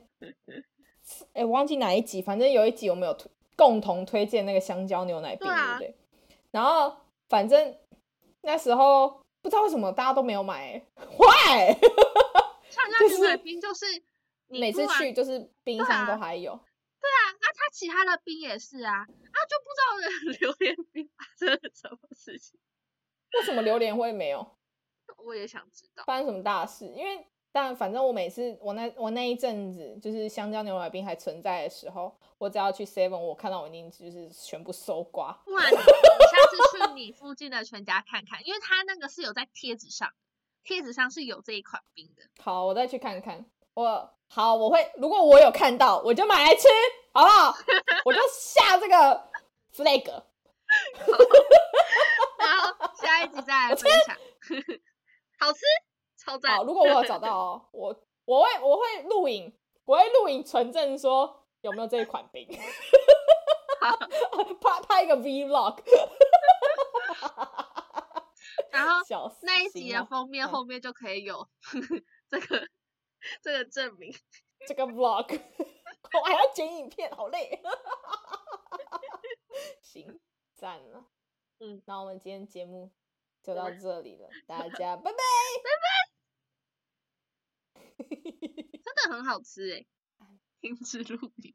S2: 哎、忘记哪一集，反正有一集我们有推共同推荐那个香蕉牛奶冰，
S1: 对啊
S2: 对不对？然后反正那时候不知道为什么大家都没有买、欸 坏，
S1: 像那
S2: 就是
S1: 牛奶冰就是你
S2: 每次
S1: 突然
S2: 去就是冰
S1: 对
S2: 箱
S1: 啊
S2: 都还有，
S1: 对啊，啊，它其他的冰也是啊，啊，就不知道 榴莲冰发生了什么事情，
S2: 为什么榴莲会没有？
S1: 我也想知道。
S2: 发生什么大事？因为但反正我每次我那我那一阵子就是香蕉牛奶冰还存在的时候，我只要去 Seven，我看到我一定就是全部搜刮。
S1: 不然你下次去你附近的全家看看，因为它那个是有在贴纸上，贴纸上是有这一款冰的。
S2: 好，我再去看看。我好，我会如果我有看到，我就买来吃，好不好？我就下这个 flag。
S1: 然后下一集再来分享， 好吃，超赞
S2: 好，。如果我有找到哦，我我会我会录影，我会录影存证说有没有这一款冰， 拍拍一个 vlog，
S1: 然后
S2: 笑死。
S1: 那一集
S2: 行
S1: 的
S2: 啊
S1: 封面
S2: 嗯
S1: 后面就可以有 这个这个证明。
S2: 这个 vlog，我 还要剪影片，好累。行，赞了。
S1: 嗯，
S2: 那我们今天节目就
S1: 拜
S2: 到
S1: 拜
S2: 这里了，大家 拜拜。
S1: 欸真的很好吃哎、停止录影。